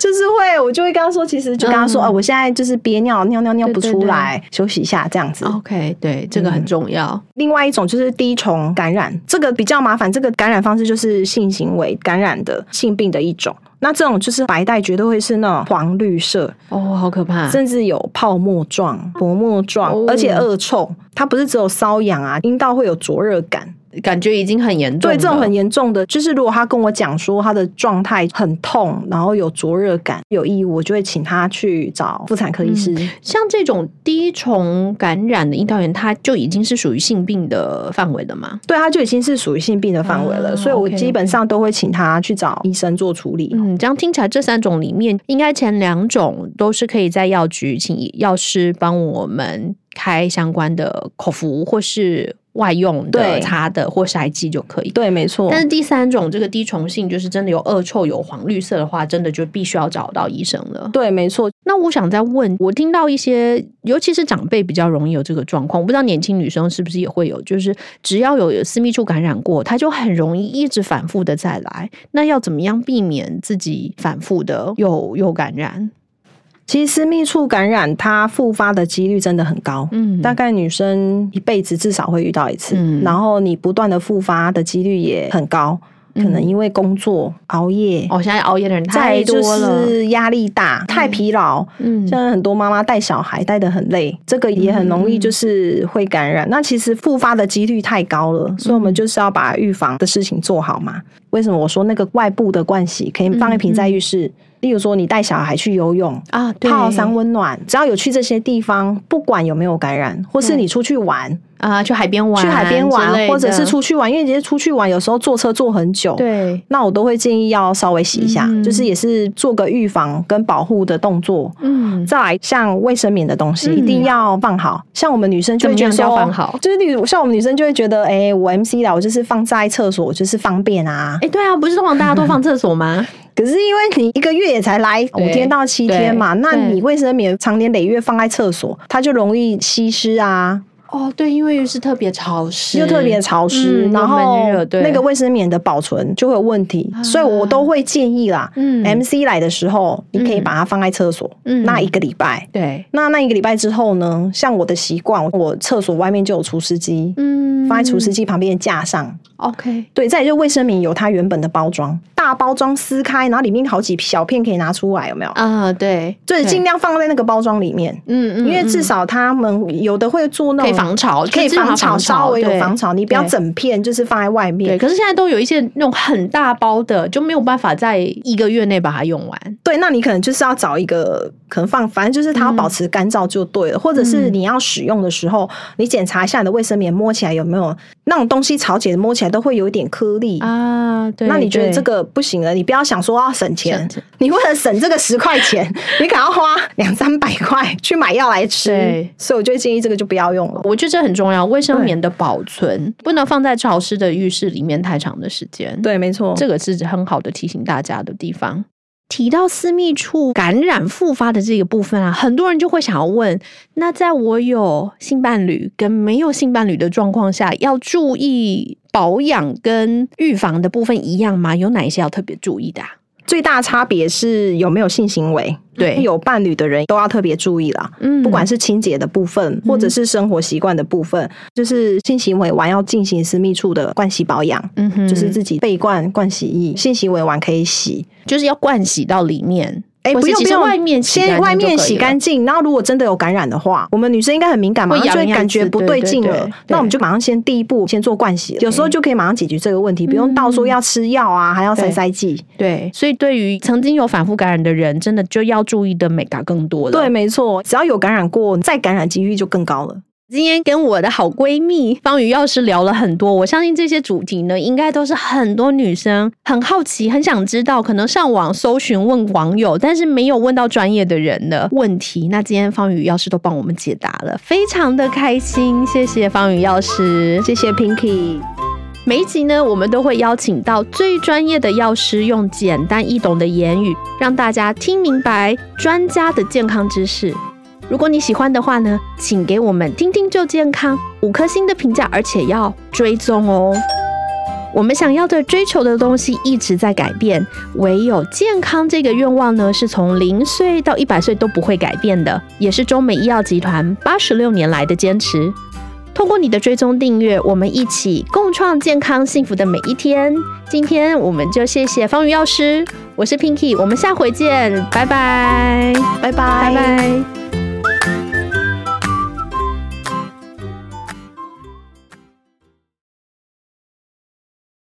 [SPEAKER 2] 就是会，我就会跟她说，其实就跟她说，
[SPEAKER 1] 嗯
[SPEAKER 2] 啊，我现在就是憋尿，尿尿尿不
[SPEAKER 1] 对对
[SPEAKER 2] 出
[SPEAKER 1] 对哦
[SPEAKER 2] 来，休息一下这样子。
[SPEAKER 1] OK，对，这个很重要。
[SPEAKER 2] 另外一种就是滴虫感染，这个比较麻烦。这个感染方式就是性行为感染的性病的一种。那这种就是白带，绝对会是那种黄绿色，
[SPEAKER 1] 哦，好可怕。
[SPEAKER 2] 甚至有泡沫状、薄膜状
[SPEAKER 1] 哦，
[SPEAKER 2] 而且恶臭。它不是只有瘙痒啊，阴道会有灼热感。
[SPEAKER 1] 感觉已经很严重了。
[SPEAKER 2] 对，这种很严重的，就是如果他跟我讲说他的状态很痛，然后有灼热感、有异物，我就会请他去找妇产科医师。
[SPEAKER 1] 像这种滴虫感染的阴道炎，它就已经是属于性病的范围了嘛？
[SPEAKER 2] 对，他就已经是属于性病的范围了，
[SPEAKER 1] 啊
[SPEAKER 2] 所以我
[SPEAKER 1] OK，OK
[SPEAKER 2] 基本上都会请他去找医生做处理。
[SPEAKER 1] 嗯，这样听起来，这三种里面，应该前两种都是可以在药局请药师帮我们开相关的口服或是外用的
[SPEAKER 2] 对
[SPEAKER 1] 擦的或筛剂就可以。
[SPEAKER 2] 对，没错。
[SPEAKER 1] 但是第三种，这个滴虫性就是真的有恶臭、有黄绿色的话，真的就必须要找到医生了。
[SPEAKER 2] 对，没错，
[SPEAKER 1] 那我想再问，我听到一些，尤其是长辈比较容易有这个状况，我不知道年轻女生是不是也会有，就是只要有私密处感染过，她就很容易一直反复的再来。那要怎么样避免自己反复的又又感染？
[SPEAKER 2] 其实私密处感染它复发的几率真的很高。
[SPEAKER 1] 嗯
[SPEAKER 2] 大概女生一辈子至少会遇到一次，
[SPEAKER 1] 嗯
[SPEAKER 2] 然后你不断的复发的几率也很高，可能因为工作、熬夜，
[SPEAKER 1] 嗯哦，现在熬夜的人
[SPEAKER 2] 再
[SPEAKER 1] 太
[SPEAKER 2] 就
[SPEAKER 1] 多了，
[SPEAKER 2] 是压力大、太疲劳，
[SPEAKER 1] 嗯
[SPEAKER 2] 现在很多妈妈带小孩带的很累，这个也很容易就是会感染。那其实复发的几率太高了，
[SPEAKER 1] 嗯
[SPEAKER 2] 所以我们就是要把预防的事情做好嘛。为什么我说那个外部的盥洗可以
[SPEAKER 1] 嗯
[SPEAKER 2] 放一瓶在浴室？例如说，你带小孩去游泳。
[SPEAKER 1] 啊，对
[SPEAKER 2] 泡桑温暖，只要有去这些地方，不管有没有感染，或是
[SPEAKER 1] 对
[SPEAKER 2] 你出去玩，
[SPEAKER 1] 啊，去海边嗯玩，
[SPEAKER 2] 去海边玩，或者是
[SPEAKER 1] 出
[SPEAKER 2] 出去玩，因为其实出去玩有时候坐车坐很久，
[SPEAKER 1] 对，
[SPEAKER 2] 那我都会建议要稍微洗一下，
[SPEAKER 1] 嗯
[SPEAKER 2] 就是也是做个预防跟保护的动作。
[SPEAKER 1] 嗯，
[SPEAKER 2] 再来，像卫生棉的东西
[SPEAKER 1] 嗯
[SPEAKER 2] 一定要放好，像我们女生就会觉得
[SPEAKER 1] 怎么样
[SPEAKER 2] 说
[SPEAKER 1] 叫放好
[SPEAKER 2] 就是女像我们女生就会觉得，哎、我 MC 啦，我就是放在厕所，我就是方便啊。
[SPEAKER 1] 哎，对啊，不是通常大家都 放厕所吗？
[SPEAKER 2] 可是因为你一个月也才来
[SPEAKER 1] 对
[SPEAKER 2] 五天到七天嘛，
[SPEAKER 1] 对
[SPEAKER 2] 那
[SPEAKER 1] 对
[SPEAKER 2] 你卫生棉长年累月放在厕所，它就容易吸湿啊，
[SPEAKER 1] 哦，对，因为又是特别潮湿，
[SPEAKER 2] 又特别潮湿，
[SPEAKER 1] 嗯
[SPEAKER 2] 然
[SPEAKER 1] 又
[SPEAKER 2] 后
[SPEAKER 1] 闷热对
[SPEAKER 2] 那个卫生棉的保存就会有问题，
[SPEAKER 1] 啊
[SPEAKER 2] 所以我都会建议啦。
[SPEAKER 1] 嗯
[SPEAKER 2] MC 来的时候，你可以把它放在厕所，
[SPEAKER 1] 嗯
[SPEAKER 2] 那一个礼拜。
[SPEAKER 1] 对，
[SPEAKER 2] 那那一个礼拜之后呢？像我的习惯，我厕所外面就有除湿机，
[SPEAKER 1] 嗯
[SPEAKER 2] 放在除湿机旁边的架上。
[SPEAKER 1] OK，
[SPEAKER 2] 对，再来就卫生棉有它原本的包装，大包装撕开，然后里面好几小片可以拿出来，有没有？
[SPEAKER 1] 啊，对，
[SPEAKER 2] 对，
[SPEAKER 1] 对
[SPEAKER 2] 尽量放在那个包装里面，
[SPEAKER 1] 嗯嗯，
[SPEAKER 2] 因为至
[SPEAKER 1] 嗯
[SPEAKER 2] 少他们有的会做那
[SPEAKER 1] 可
[SPEAKER 2] 种
[SPEAKER 1] 以防潮，
[SPEAKER 2] 可以
[SPEAKER 1] 至少
[SPEAKER 2] 防潮，稍微有
[SPEAKER 1] 对
[SPEAKER 2] 防潮，你不要
[SPEAKER 1] 对
[SPEAKER 2] 整片就是放在外面
[SPEAKER 1] 对，。可是现在都有一些那种很大包的，就没有办法在一个月内把它用完。
[SPEAKER 2] 对，那你可能就是要找一个可能放，反正就是它要保持干燥就对了，或者是
[SPEAKER 1] 嗯
[SPEAKER 2] 你要使用的时候，你检查一下你的卫生棉摸起来有没有那种东西，潮起来摸起来都会有一点颗粒。
[SPEAKER 1] 啊，对
[SPEAKER 2] 那你觉得
[SPEAKER 1] 对
[SPEAKER 2] 这个不行了？你不要想说要啊省
[SPEAKER 1] 省
[SPEAKER 2] 钱
[SPEAKER 1] 钱，
[SPEAKER 2] 你为了省这个十块钱，你可能要花两三百块去买药来吃
[SPEAKER 1] 对。
[SPEAKER 2] 所以我就会建议这个就不要用了。
[SPEAKER 1] 我觉得这很重要，卫生棉的保存不能放在潮湿的浴室里面太长的时间。，
[SPEAKER 2] 对，没错。
[SPEAKER 1] 这个是很好的提醒大家的地方。提到私密处感染复发的这个部分啊，很多人就会想要问：那在我有性伴侣跟没有性伴侣的状况下，要注意保养跟预防的部分一样吗？有哪一些要特别注意的、啊？
[SPEAKER 2] 最大差别是有没有性行为。
[SPEAKER 1] 对
[SPEAKER 2] 有伴侣的人都要特别注意啦。
[SPEAKER 1] 嗯
[SPEAKER 2] 不管是清洁的部分，或者是生活习惯的部分，就是性行为完要进行私密处的盥洗保养，
[SPEAKER 1] 嗯哼，
[SPEAKER 2] 就是自己备罐盥洗液，性行为完可以洗。
[SPEAKER 1] 就是要灌洗到里面，
[SPEAKER 2] 哎，
[SPEAKER 1] 或
[SPEAKER 2] 不
[SPEAKER 1] 是
[SPEAKER 2] 用
[SPEAKER 1] 其
[SPEAKER 2] 不
[SPEAKER 1] 实
[SPEAKER 2] 用，
[SPEAKER 1] 外面洗干
[SPEAKER 2] 先
[SPEAKER 1] 净
[SPEAKER 2] 外
[SPEAKER 1] 就
[SPEAKER 2] 面
[SPEAKER 1] 可以
[SPEAKER 2] 洗
[SPEAKER 1] 了
[SPEAKER 2] 干净，然后如果真的有感染的话，我们女生应该很敏感嘛，
[SPEAKER 1] 会
[SPEAKER 2] 马上就
[SPEAKER 1] 痒
[SPEAKER 2] 会
[SPEAKER 1] 痒
[SPEAKER 2] 感觉
[SPEAKER 1] 子
[SPEAKER 2] 不
[SPEAKER 1] 对
[SPEAKER 2] 对
[SPEAKER 1] 对
[SPEAKER 2] 劲
[SPEAKER 1] 对
[SPEAKER 2] 了
[SPEAKER 1] 对，
[SPEAKER 2] 那我们就马上先第一步先做灌洗，有时候就可以马上解决这个问题，不用到说要吃药啊，还要
[SPEAKER 1] 嗯对
[SPEAKER 2] 塞塞剂。
[SPEAKER 1] 对，所以对于曾经有反复感染的人，真的就要注意的美感更多了。
[SPEAKER 2] 对，，没错，只要有感染过，再感染几率就更高了。
[SPEAKER 1] 今天跟我的好闺蜜方宇药师聊了很多，我相信这些主题呢，应该都是很多女生很好奇、很想知道，可能上网搜寻问网友，但是没有问到专业的人的问题。那今天方宇药师都帮我们解答了，非常的开心，谢谢方宇药师。
[SPEAKER 2] 谢谢 Pinky，
[SPEAKER 1] 每一集呢，我们都会邀请到最专业的药师，用简单易懂的言语，让大家听明白专家的健康知识。如果你喜欢的话呢，请给我们听听就健康五颗星的评价，而且要追踪哦。我们想要的追求的东西一直在改变，唯有健康这个愿望呢，是从零岁到一百岁都不会改变的，也是中美医药集团八十六年来的坚持。通过你的追踪订阅，我们一起共创健康幸福的每一天。今天我们就谢谢方宇药师，我是 Pinky，我们下回见，拜拜，
[SPEAKER 2] 拜
[SPEAKER 1] 拜
[SPEAKER 2] 拜，
[SPEAKER 1] 拜